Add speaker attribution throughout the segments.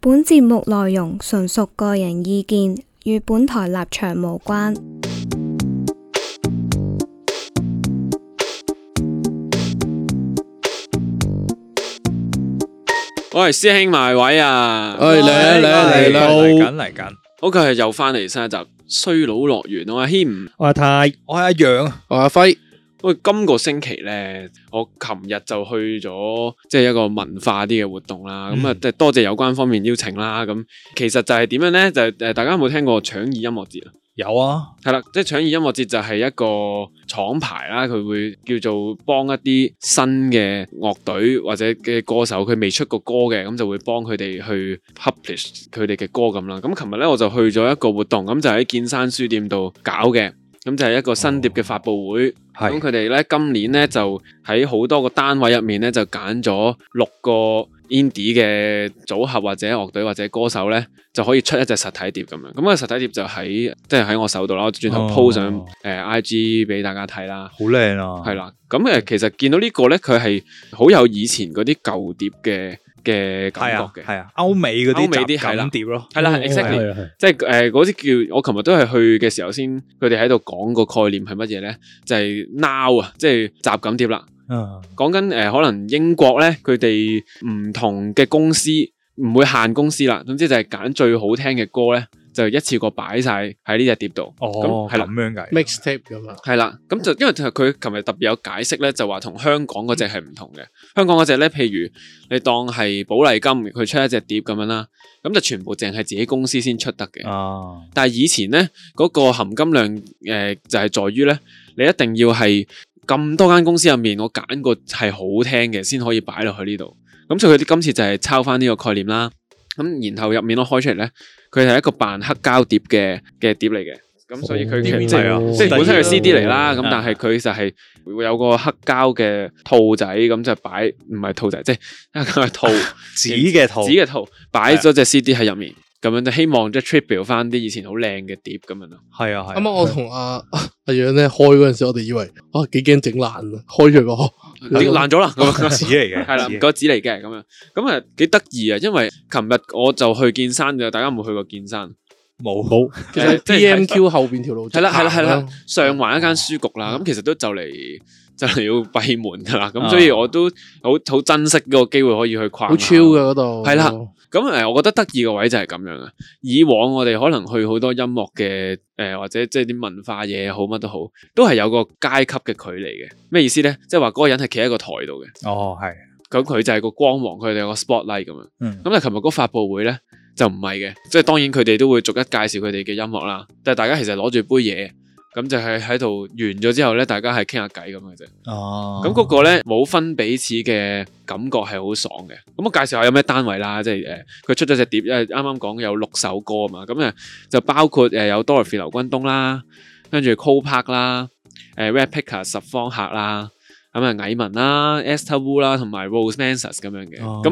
Speaker 1: 本節目內容純屬個人意見，與本台立場無關。
Speaker 2: 喂，師兄埋位啊！
Speaker 3: 哎嚟啊嚟啊嚟啦
Speaker 4: 嚟緊嚟緊，
Speaker 2: 好，佢係又翻嚟新一集《衰佬樂園》，啊我係軒。
Speaker 4: 我係泰，我係阿楊，
Speaker 3: 我阿輝，
Speaker 2: 喂，今個星期咧，我琴日就去咗即係一個文化啲嘅活動啦。咁啊、
Speaker 4: 嗯
Speaker 2: 即係多謝有關方面邀請啦。咁其實就係點樣咧？就係誒，大家有冇聽過搶耳音樂節啊？
Speaker 4: 有啊，
Speaker 2: 係啦，即係搶耳音樂節就係一個廠牌啦，佢會叫做幫一啲新嘅樂隊或者嘅歌手，佢未出過歌嘅，咁就會幫佢哋去 publish 佢哋嘅歌咁啦。咁琴日咧我就去咗一個活動，咁就喺建山書店度搞嘅，咁就係一個新碟嘅發佈會。咁
Speaker 4: 係
Speaker 2: 佢哋咧今年咧就喺好多個單位入面咧就揀咗六個 indie 嘅組合或者樂隊或者歌手咧就可以出一隻實體碟咁樣。咁、個實體碟就喺即係喺我手度啦，我轉頭
Speaker 4: 哦
Speaker 2: po 上誒、呃 IG 俾大家睇啦。
Speaker 4: 好靚啊，
Speaker 2: 係啦，咁誒其實見到呢個咧，佢係好有以前嗰啲舊碟嘅嘅
Speaker 4: 係
Speaker 2: 感
Speaker 4: 啊，
Speaker 2: 覺嘅。
Speaker 4: 係啊，歐美嗰
Speaker 2: 歐美
Speaker 4: 啲
Speaker 2: 啲
Speaker 4: 集
Speaker 2: 係啦
Speaker 4: 錦碟咯，
Speaker 2: 係啦
Speaker 4: 哦
Speaker 3: à.
Speaker 2: ，exactly
Speaker 4: 係啊
Speaker 2: 即係誒嗰啲叫我琴日都係去嘅時候先，佢哋喺度講個概念係乜嘢咧？就係、now 啊，即係集錦碟啦。
Speaker 4: 嗯
Speaker 2: 講緊誒，呃可能英國咧，佢哋唔同嘅公司唔會限公司啦，總之就係揀最好聽嘅歌咧，就一次過擺晒喺呢隻碟度。
Speaker 4: 哦，
Speaker 2: 咁係
Speaker 4: 咁
Speaker 2: 啦
Speaker 4: 樣計
Speaker 3: mixtape 咁啊，
Speaker 2: 係啦，咁就因為佢琴日特別有解釋咧，就話同香港嗰只係唔同嘅。香港嗰只咧，譬如你當係寶麗金佢出一隻碟咁樣啦，咁就全部淨係自己公司先出得嘅。
Speaker 4: 啊，
Speaker 2: 但係以前咧嗰、個含金量誒、呃就係、在於咧，你一定要係咁多間公司入面，我揀個係好聽嘅先可以擺落去呢度。咁所以佢哋今次就係抄翻呢個概念啦。咁然後入面我開出嚟咧，佢係一個扮黑膠碟嘅嘅碟嚟嘅。咁所以佢其實
Speaker 3: 哦
Speaker 2: 即係
Speaker 3: 係啊
Speaker 2: 即係本身係 CD 嚟啦，咁
Speaker 4: 啊
Speaker 2: 但係佢就係會有個黑膠嘅套仔，咁就擺唔係套仔，即係黑膠嘅套。
Speaker 4: 紙嘅套，
Speaker 2: 紙嘅圖擺咗隻 CD 喺入面，咁樣就希望即係 tribute 翻啲以前好靚嘅碟咁樣咯。
Speaker 4: 係啊
Speaker 3: 啱
Speaker 4: 係
Speaker 3: 啱
Speaker 4: 啊，
Speaker 3: 我同阿阿楊咧開嗰陣時，我哋以為啊幾驚整爛啊，開咗個哦
Speaker 2: 跌爛咗啦， 咁樣
Speaker 4: 紙嚟嘅，
Speaker 2: 係啦，
Speaker 4: 紙嚟嘅
Speaker 2: 個紙嚟嘅咁樣，咁啊幾得意啊！因為琴日我就去見山嘅，大家有冇去過見山？
Speaker 4: 冇冇
Speaker 3: 其實
Speaker 2: 即係
Speaker 3: DMQ 後邊條路
Speaker 2: 係啦係啦係啦
Speaker 3: 直行，
Speaker 2: 上環一間書局啦，咁其實都就嚟就嚟要閉門噶啦，咁所以我都好好珍惜嗰個機會可以去逛。
Speaker 3: 好啊超嘅。嗰度
Speaker 2: 係啦咁誒，我覺得得意嘅位就係咁樣啊！以往我哋可能去好多音樂嘅誒、呃或者即係啲文化嘢好乜都好，都係有個階級嘅距離嘅。咩意思咧？即係話嗰個人係企喺個台度嘅，
Speaker 4: 哦係，
Speaker 2: 咁佢就係個光芒，佢哋有個 spotlight 咁樣。咁
Speaker 4: 嗯
Speaker 2: 但係琴日嗰個發佈會咧就唔係嘅，即係當然佢哋都會逐一介紹佢哋嘅音樂啦。但係大家其實攞住杯嘢，咁就係喺度完咗之後咧，大家係傾下偈咁嘅啫。
Speaker 4: 哦，
Speaker 2: 咁嗰個咧冇分彼此嘅感覺係好爽嘅。咁我介紹下有咩單位啦，即係誒佢出咗隻碟，因為啱啱講有六首歌啊嘛，咁誒就包括誒、呃有 Dorothy 劉君東啦，跟住 Cold Park 啦，誒 Red Picker 十方客啦，咁啊蟻民啦，Esther Wu 啦，同埋 Rose Mansus 咁樣嘅。
Speaker 4: 哦
Speaker 2: 咁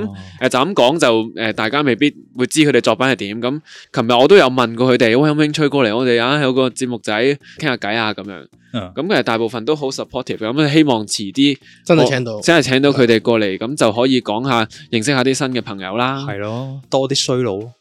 Speaker 2: 誒就咁講就誒，大家未必會知佢哋作品係點。咁琴日我都有問過佢哋，喂有冇興趣過嚟我哋啊有個節目仔傾下偈啊咁樣。
Speaker 4: 嗯
Speaker 2: 咁誒大部分都好 supportive 嘅，咁希望遲啲
Speaker 3: 真係
Speaker 2: 我
Speaker 3: 請到
Speaker 2: 真係請到佢哋過嚟，咁就可以講下認識下啲新嘅朋友啦。
Speaker 4: 係咯，多啲衰佬，哦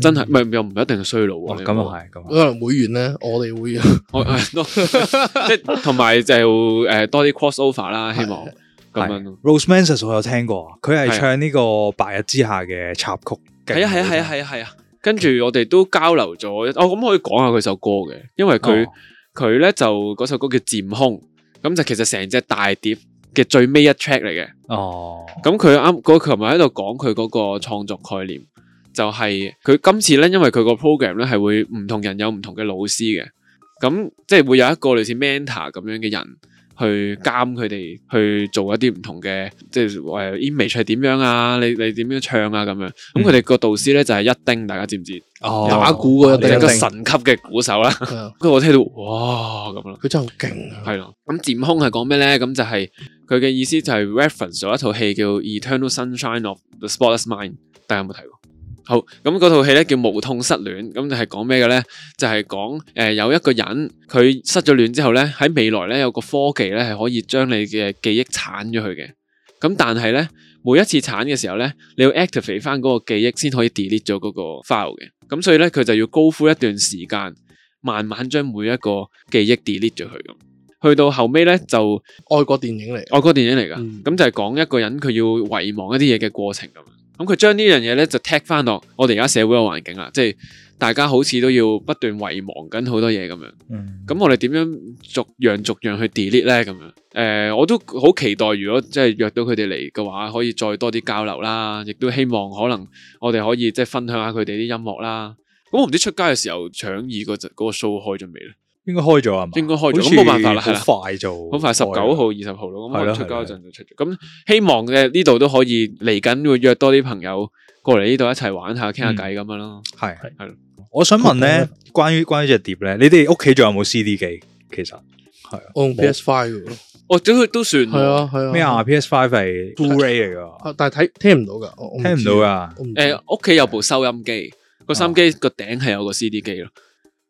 Speaker 2: 真係，唔係又唔一定係衰老喎。
Speaker 4: 咁啊係，咁啊
Speaker 3: 可能會員咧，我哋會 員
Speaker 2: 我係咯 即係同埋就誒多啲 cross over 啦，希望咁樣咯。
Speaker 4: Rose Mansus 我有聽過，佢
Speaker 2: 係啊
Speaker 4: 係唱呢個白日之下嘅插曲，
Speaker 2: 係啊係啊係啊係啊係啊，跟住我哋都交流咗，哦咁可以講下佢首歌嘅，因為
Speaker 4: 哦
Speaker 2: 佢。佢咧就嗰首歌叫《漸空》，咁就其實成隻大碟嘅最尾一 track 嚟嘅。
Speaker 4: Ờ. 哦，
Speaker 2: 咁佢啱嗰琴日喺度講佢嗰個創作概念，就係、佢今次咧，因為佢個 program 咧係會唔同人有唔同嘅老師嘅，咁即係會有一個類似 mentor 咁樣嘅人。去監佢哋去做一啲唔同嘅，即係誒 image 係點樣啊？你你點樣唱啊？咁樣咁佢哋個導師咧就係一丁，大家知唔知？
Speaker 4: 哦
Speaker 3: 打鼓嗰一
Speaker 2: 就係
Speaker 3: 定一
Speaker 2: 個
Speaker 3: 定
Speaker 2: 神級嘅鼓手啦。
Speaker 3: 係啊
Speaker 2: 跟住我聽到哇咁咯。
Speaker 3: 佢真係好勁啊！
Speaker 2: 係咯，咁漸空係講咩咧？咁就係佢嘅意思就係 reference 咗一套戲叫《Eternal Sunshine of the Spotless Mind》，大家有冇睇過？好，咁嗰套戲咧叫《無痛失戀》，咁就係講咩嘅咧？就係講誒有一個人佢失咗戀之後咧，喺未來咧有個科技咧係可以將你嘅記憶剷咗佢嘅，咁但係咧每一次鏟嘅時候咧，你要 activate 翻嗰個記憶先可以 delete 咗嗰個 file 嘅。咁所以咧，佢就要高呼一段時間，慢慢將每一個記憶 delete 咗佢咁。去到後尾咧，就哦
Speaker 3: 外國電影嚟，
Speaker 2: 外國電影嚟㗎，
Speaker 3: 嗯
Speaker 2: 咁、就係講一個人佢要遺忘一啲嘢嘅過程咁樣。咁佢將呢樣嘢咧就踢翻落我哋而家社會嘅環境啦，即係大家好似都要不斷遺忘緊好多嘢咁樣。
Speaker 4: 嗯
Speaker 2: 咁我哋點樣逐樣逐樣去 delete 咧？咁樣，誒、我都好期待，如果即係約到佢哋嚟嘅話，可以再多啲交流啦，亦都希望可能我哋可以即係分享下佢哋啲音樂啦。咁我唔知出街嘅時候搶耳嗰陣嗰個 show 開咗未咧？
Speaker 4: 應該開咗啊係嘛？
Speaker 2: 應該開咗
Speaker 4: 好似
Speaker 2: 咁冇辦法啦係啦
Speaker 4: 好快就
Speaker 2: 好快十九
Speaker 4: 開啦
Speaker 2: 號、二十號咯，咁
Speaker 4: 係
Speaker 2: 可能
Speaker 4: 咯
Speaker 2: 出街
Speaker 4: 係
Speaker 2: 嗰
Speaker 4: 咯
Speaker 2: 陣就出咗。咁希望嘅呢度都可以嚟緊會約多啲朋友過嚟呢度一齊玩下、傾下偈咁樣咯。
Speaker 4: 係
Speaker 2: 係咯
Speaker 4: 我想問咧，
Speaker 3: 啊
Speaker 4: 關於關於只碟咧，你哋屋企仲有冇 CD 機？其實
Speaker 3: 啊我用 PS Five 嘅，
Speaker 2: 哦，都都算
Speaker 3: 係啊係啊
Speaker 4: 咩啊？PS Five 係 Blu-ray 嚟噶，
Speaker 3: 啊但係睇聽唔到噶，我我
Speaker 4: 聽唔到啊噶。
Speaker 3: 知，啊
Speaker 2: 誒
Speaker 3: 誒，
Speaker 2: 呃屋企有部收音機，個收音機個頂係有個 CD 機咯。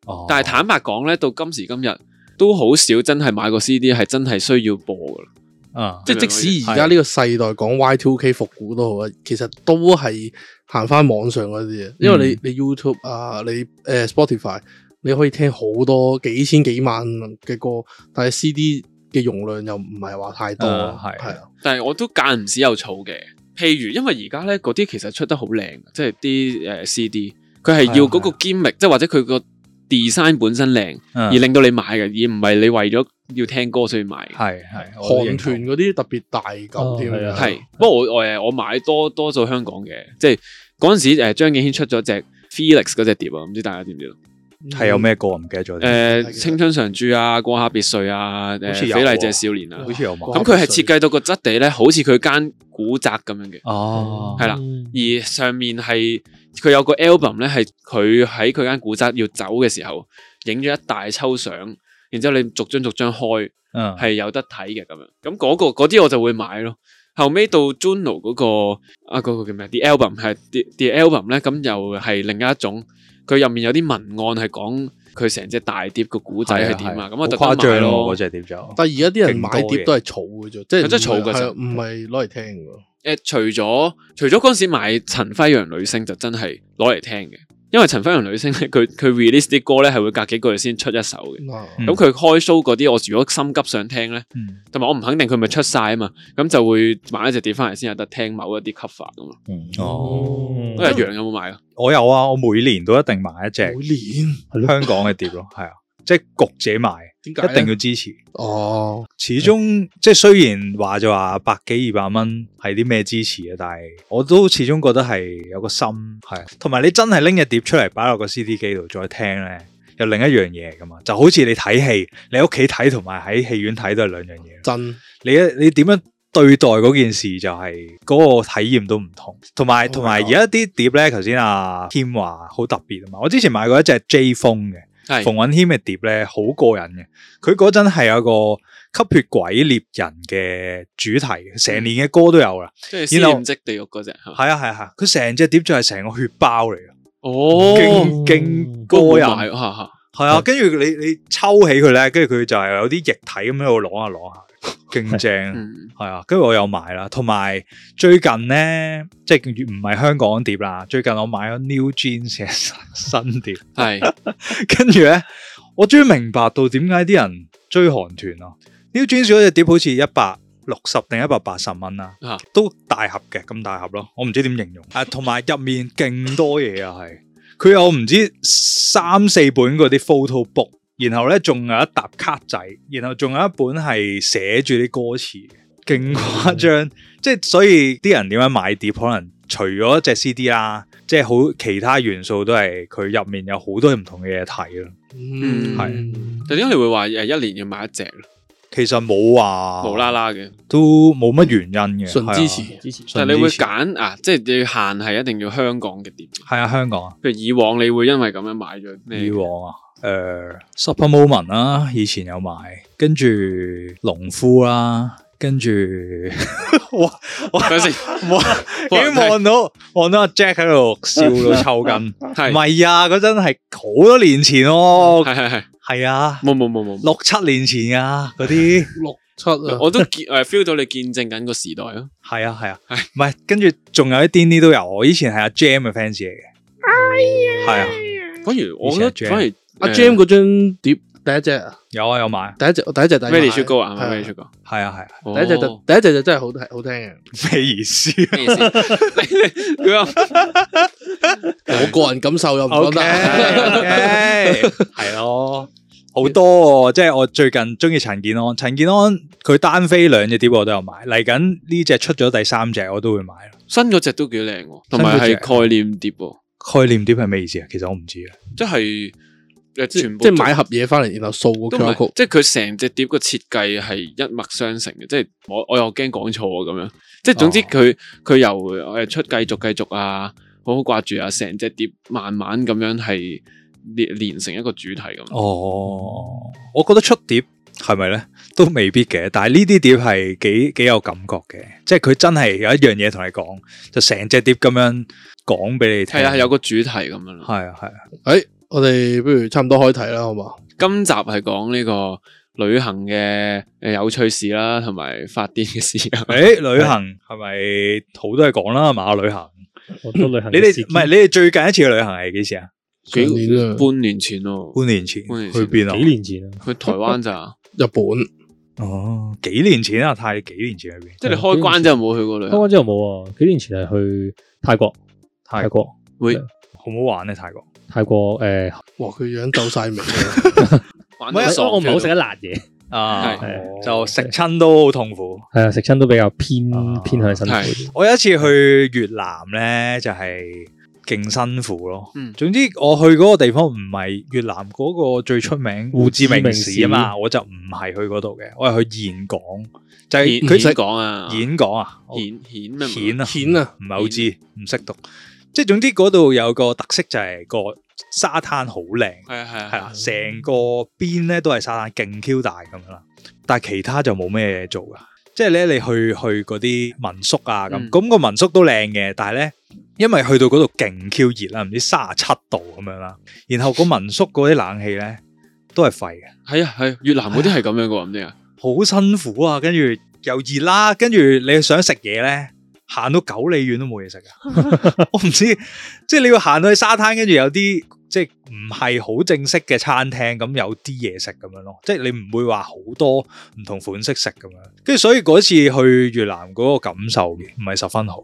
Speaker 4: 哦
Speaker 2: 但係坦白講咧，到今時今日都好少真係買個 CD 係真係需要播噶啦。
Speaker 4: 啊，
Speaker 3: 即係即使而家呢個世代講 Y Two K 復古都好啊，其實都係行翻網上嗰啲嘢，因
Speaker 4: 嗯
Speaker 3: 為你你 YouTube 啊，你誒 Spotify，你可以聽好多幾千幾萬嘅歌，但係 CD 嘅容量又唔係話太多，
Speaker 4: 啊係
Speaker 3: 係啊，
Speaker 2: 但係我都間唔時有儲嘅，譬如因為而家咧嗰啲其實出得好靚，即係啲誒 CD，佢係要嗰個 gimmick，即係或者佢個 design 本身靚，
Speaker 4: 而
Speaker 2: 而令到你買嘅，而唔係你為咗要聽歌所以買嘅。
Speaker 4: 係係我都認
Speaker 3: 韓
Speaker 4: 同
Speaker 3: 團嗰啲特別大嚿添，
Speaker 5: 哦係啊
Speaker 2: 係，不過我我誒我買多多數香港嘅，即係嗰陣時誒張敬軒出咗隻 Felix 嗰隻碟啊，唔知大家知唔知道？
Speaker 4: 係
Speaker 3: 嗯
Speaker 4: 有咩歌我唔記得咗添。
Speaker 2: 誒青春常駐啊，過下別墅啊，
Speaker 4: 好
Speaker 2: 誒
Speaker 4: 似有
Speaker 2: 美
Speaker 4: 喎
Speaker 2: 麗謝少年啊
Speaker 4: 好，似有買
Speaker 3: 哇
Speaker 2: 咁佢係設計到個質地咧，好似佢間古宅咁樣嘅，
Speaker 4: 哦，
Speaker 2: 係啦而上面係佢有個 album 咧，係佢喺佢間古宅要走嘅時候影咗一大抽相，然之後你逐張逐張開，
Speaker 4: 嗯
Speaker 2: 係有得睇嘅咁樣。咁嗰、個嗰啲我就會買咯。後尾到 Juno 嗰、個啊嗰、個叫咩？The album 係 The The album 咧，咁又係另一種，佢入面有啲文案係講佢成隻大碟個古仔係點啊。咁我特
Speaker 4: 好誇
Speaker 2: 登買
Speaker 4: 張
Speaker 2: 咯
Speaker 4: 咯，嗰。只碟就
Speaker 3: 但係而家啲人買
Speaker 4: 勁多
Speaker 3: 碟
Speaker 4: 嘢
Speaker 3: 都係儲嘅啫，即
Speaker 2: 真
Speaker 3: 係
Speaker 2: 係儲㗎
Speaker 3: 係
Speaker 2: 啫
Speaker 3: 啊唔係攞嚟聽嘅。
Speaker 2: 誒、除咗除咗嗰陣時買陳輝陽女星就真係攞嚟聽嘅，因為陳輝陽女星咧，佢佢 release 啲歌咧係會隔幾個月先出一首嘅。
Speaker 3: 啊
Speaker 4: 嗯
Speaker 2: 咁佢、開 show 嗰啲，我如果心急想聽咧，
Speaker 4: 嗯
Speaker 2: 同埋我唔肯定佢咪出晒啊嘛，咁就會買一隻碟翻嚟先有得聽某一啲 cover 噶嘛。
Speaker 4: 嗯哦，
Speaker 2: 都一樣有冇買啊？
Speaker 4: 我有啊，我每年都一定買一隻
Speaker 3: 每年
Speaker 4: 香港嘅碟咯，係啊，即係焗自己買，
Speaker 3: 點解啊
Speaker 4: 一定要支持。
Speaker 3: 哦，
Speaker 4: 始終即係雖然話就話百幾二百蚊係啲咩支持嘅，但係我都始終覺得係有個心係，啊同埋你真係拎隻碟出嚟擺落個 CD 機度再聽咧，又另一樣嘢噶嘛，就好似你睇戲，你喺屋企睇同埋喺戲院睇都係兩樣嘢。
Speaker 3: 真
Speaker 4: 你你點樣對待嗰件事就係嗰個體驗都唔同，同埋同埋而家啲碟咧，頭先阿謙話好特別啊嘛，我之前買過一隻 J 風嘅。
Speaker 2: 係
Speaker 4: 馮允謙嘅碟咧好過癮嘅，佢嗰陣係有個吸血鬼獵人嘅主題，成年嘅歌都有啦。
Speaker 2: 即係思念即地獄嗰只係嘛？
Speaker 4: 係啊係啊係啊，佢成隻碟就係成個血包嚟嘅，
Speaker 2: 哦，
Speaker 4: 勁勁
Speaker 2: 嗰個
Speaker 4: 過
Speaker 2: 冇買
Speaker 4: 癮。
Speaker 2: 嚇嚇，
Speaker 4: 係啊，跟住你你抽起佢咧，跟住佢就係有啲液體咁喺度攞下攞下，勁正。
Speaker 2: 嗯，
Speaker 4: 係啊，跟住我有買啦，同埋最近咧，即係唔係香港碟啦，最近我買咗 New Jeans 嘅新新碟。
Speaker 2: 係
Speaker 4: 跟住咧，我終於明白到點解啲人追韓團咯。New Jeans 嗰只碟好似一百六十定一百八十蚊啦
Speaker 2: 啊，
Speaker 4: 都大盒嘅，咁大盒咯，我唔知點形容。啊，同埋入面勁多嘢啊，係佢有唔知三四本嗰啲 photo book，然後咧仲有一沓卡仔，然後仲有一本係寫住啲歌詞嘅，勁誇張。即係所以啲人點樣買碟，可能除咗隻 CD 啦，即係好其他元素都係佢入面有好多唔同嘅嘢睇咯。
Speaker 3: 嗯
Speaker 2: 係但點解你會話誒一年要買一隻咧
Speaker 4: 其實冇話
Speaker 2: 無啦啦嘅？
Speaker 4: 都冇乜原因嘅，
Speaker 3: 純支持
Speaker 4: 係啊。
Speaker 5: 支持
Speaker 2: 但係你會
Speaker 4: 純支持
Speaker 2: 揀啊，即係你要限係一定要香港嘅碟。
Speaker 4: 係啊，香港啊
Speaker 2: 譬如以往你會因為咁樣買咗
Speaker 4: 以
Speaker 2: 咩？
Speaker 4: 往啊，誒、Super Moment 啦，以前有買，跟住農夫啦，跟住 哇，
Speaker 2: 等陣先，
Speaker 4: 已經望到望到阿 Jack 喺度笑到抽筋，唔
Speaker 2: 係
Speaker 4: 係啊，嗰陣係好多年前咯，
Speaker 2: 係係係，
Speaker 4: 係啊，
Speaker 2: 冇冇冇冇，
Speaker 4: 六七年前啊，嗰啲
Speaker 3: 六七啊，
Speaker 2: 我都見诶 feel 到你見證緊個時代咯。
Speaker 4: 係啊係啊，唔係跟住仲有啲癲啲都有，我以前係阿 Jam 嘅 fans 嚟嘅，係啊
Speaker 2: 反而我覺
Speaker 4: 以前
Speaker 2: 得
Speaker 4: 阿
Speaker 2: 反而
Speaker 3: 阿
Speaker 2: 誒
Speaker 3: Jam 嗰張碟第一隻啊，
Speaker 4: 有啊有買，
Speaker 3: 第一隻第一隻第一隻
Speaker 2: Ready to go 啊，係咪
Speaker 3: 係
Speaker 2: Ready to go？
Speaker 4: 係啊係啊，
Speaker 2: 哦
Speaker 3: 第一隻就第一隻就真係好聽好聽嘅。
Speaker 4: 咩意 思？
Speaker 2: 咩意思？你佢話
Speaker 3: 我個人感受又唔講
Speaker 4: O
Speaker 3: 得。
Speaker 4: K，系咯，好多、喎！即系我最近中意陳健安，陳健安佢單飛兩隻碟我都有買，嚟緊呢只出咗第三隻我都會買咯。
Speaker 2: 新嗰只都幾靚喎，同埋
Speaker 4: 新嗰隻
Speaker 2: 係概念碟喎，
Speaker 4: 概念碟係咩意思啊？其實我唔知啊。
Speaker 2: 即係誒
Speaker 3: 即
Speaker 2: 全部
Speaker 3: 即係
Speaker 2: 都
Speaker 3: 買盒嘢翻嚟，然後掃個
Speaker 2: 都
Speaker 3: QR
Speaker 2: 唔
Speaker 3: code
Speaker 2: 係，。即係佢成隻碟個設計係一脈相承嘅，即係我我又驚講錯喎咁樣，即係總之
Speaker 4: 哦
Speaker 2: 佢佢由誒出繼續繼續啊，好好掛住啊，成隻碟慢慢咁樣係連連成一個主題咁。
Speaker 4: 哦，我覺得出碟係咪咧都未必嘅，但係呢啲碟係幾幾有感覺嘅，即係佢真係有一樣嘢同你講，就成隻碟咁樣講俾你聽。
Speaker 2: 係啊，係有個主題咁樣咯。
Speaker 4: 係啊係啊，
Speaker 3: 誒，我哋不如差唔多開題啦，好嘛？
Speaker 2: 今集係講呢個旅行嘅誒有趣事啦，同埋發癲嘅事 啊。
Speaker 4: 诶、旅行係咪好多嘢講啦？係嘛，旅行。
Speaker 5: 我都旅行
Speaker 4: 嗯你
Speaker 5: 嘅
Speaker 4: 哋
Speaker 5: 事件。
Speaker 4: 唔係你哋最近一次嘅旅行係幾時啊？
Speaker 3: 上
Speaker 2: 幾
Speaker 3: 年啊，
Speaker 2: 半年前咯，
Speaker 4: 半年前
Speaker 2: 半年
Speaker 4: 去
Speaker 2: 前
Speaker 4: 邊啊？
Speaker 5: 幾年前啊，
Speaker 2: 去台灣咋？
Speaker 3: 日本
Speaker 4: 哦，幾年前啊？泰幾年前去邊？
Speaker 2: 即係你開關之後冇去過旅
Speaker 5: 香
Speaker 2: 行，
Speaker 5: 港之後冇啊，幾年前係去泰國，
Speaker 4: 泰
Speaker 5: 泰國，
Speaker 2: 會
Speaker 4: 好唔好玩咧？泰國
Speaker 5: 泰國呃誒，
Speaker 3: 哇，佢樣皺晒眉啊，
Speaker 2: 玩
Speaker 5: 唔
Speaker 2: 得
Speaker 5: 係
Speaker 2: 爽
Speaker 5: 哎我我唔係好食
Speaker 2: 啲
Speaker 5: 得辣嘢，
Speaker 4: 啊，
Speaker 5: 係
Speaker 4: 就食親都好痛苦。
Speaker 5: 係啊，食親都比較偏
Speaker 4: 啊
Speaker 5: 偏向辛苦啲。
Speaker 4: 我有一次去越南咧，就係勁辛苦咯。
Speaker 2: 嗯
Speaker 4: 總之我去嗰個地方唔係越南嗰個最出名胡志明市啊嘛，我就唔係去嗰度嘅，我係去峴港，就係
Speaker 2: 顯
Speaker 4: 佢
Speaker 2: 顯講啊，
Speaker 4: 峴港啊，我
Speaker 2: 顯顯咩？
Speaker 4: 蜆啊，
Speaker 3: 蜆啊
Speaker 4: 唔係好知，唔識讀。即係總之嗰度有個特色就係個沙灘好靚，
Speaker 2: 係啊係啊
Speaker 4: 係啦，成個邊咧都係沙灘，勁 Q 大咁樣啦。但係其他就冇咩嘢做噶，即係咧你去去嗰啲民宿啊咁，
Speaker 2: 嗯
Speaker 4: 咁、個民宿都靚嘅，但係咧因為去到嗰度勁 Q 熱啦，唔知三十七度咁樣啦，然後個民宿嗰啲冷氣咧都係廢嘅。
Speaker 2: 係啊係啊，越南嗰啲係咁樣噶，唔知啊。
Speaker 4: 好辛苦啊，跟住又熱啦，跟住你想食嘢咧，行到九里遠都冇嘢食啊！我唔知，即係你要行到去沙灘，跟住有啲即係唔係好正式嘅餐廳，咁有啲嘢食咁樣咯，即係你唔會話好多唔同款式食咁樣，跟住所以嗰次去越南嗰個感受唔係十分好，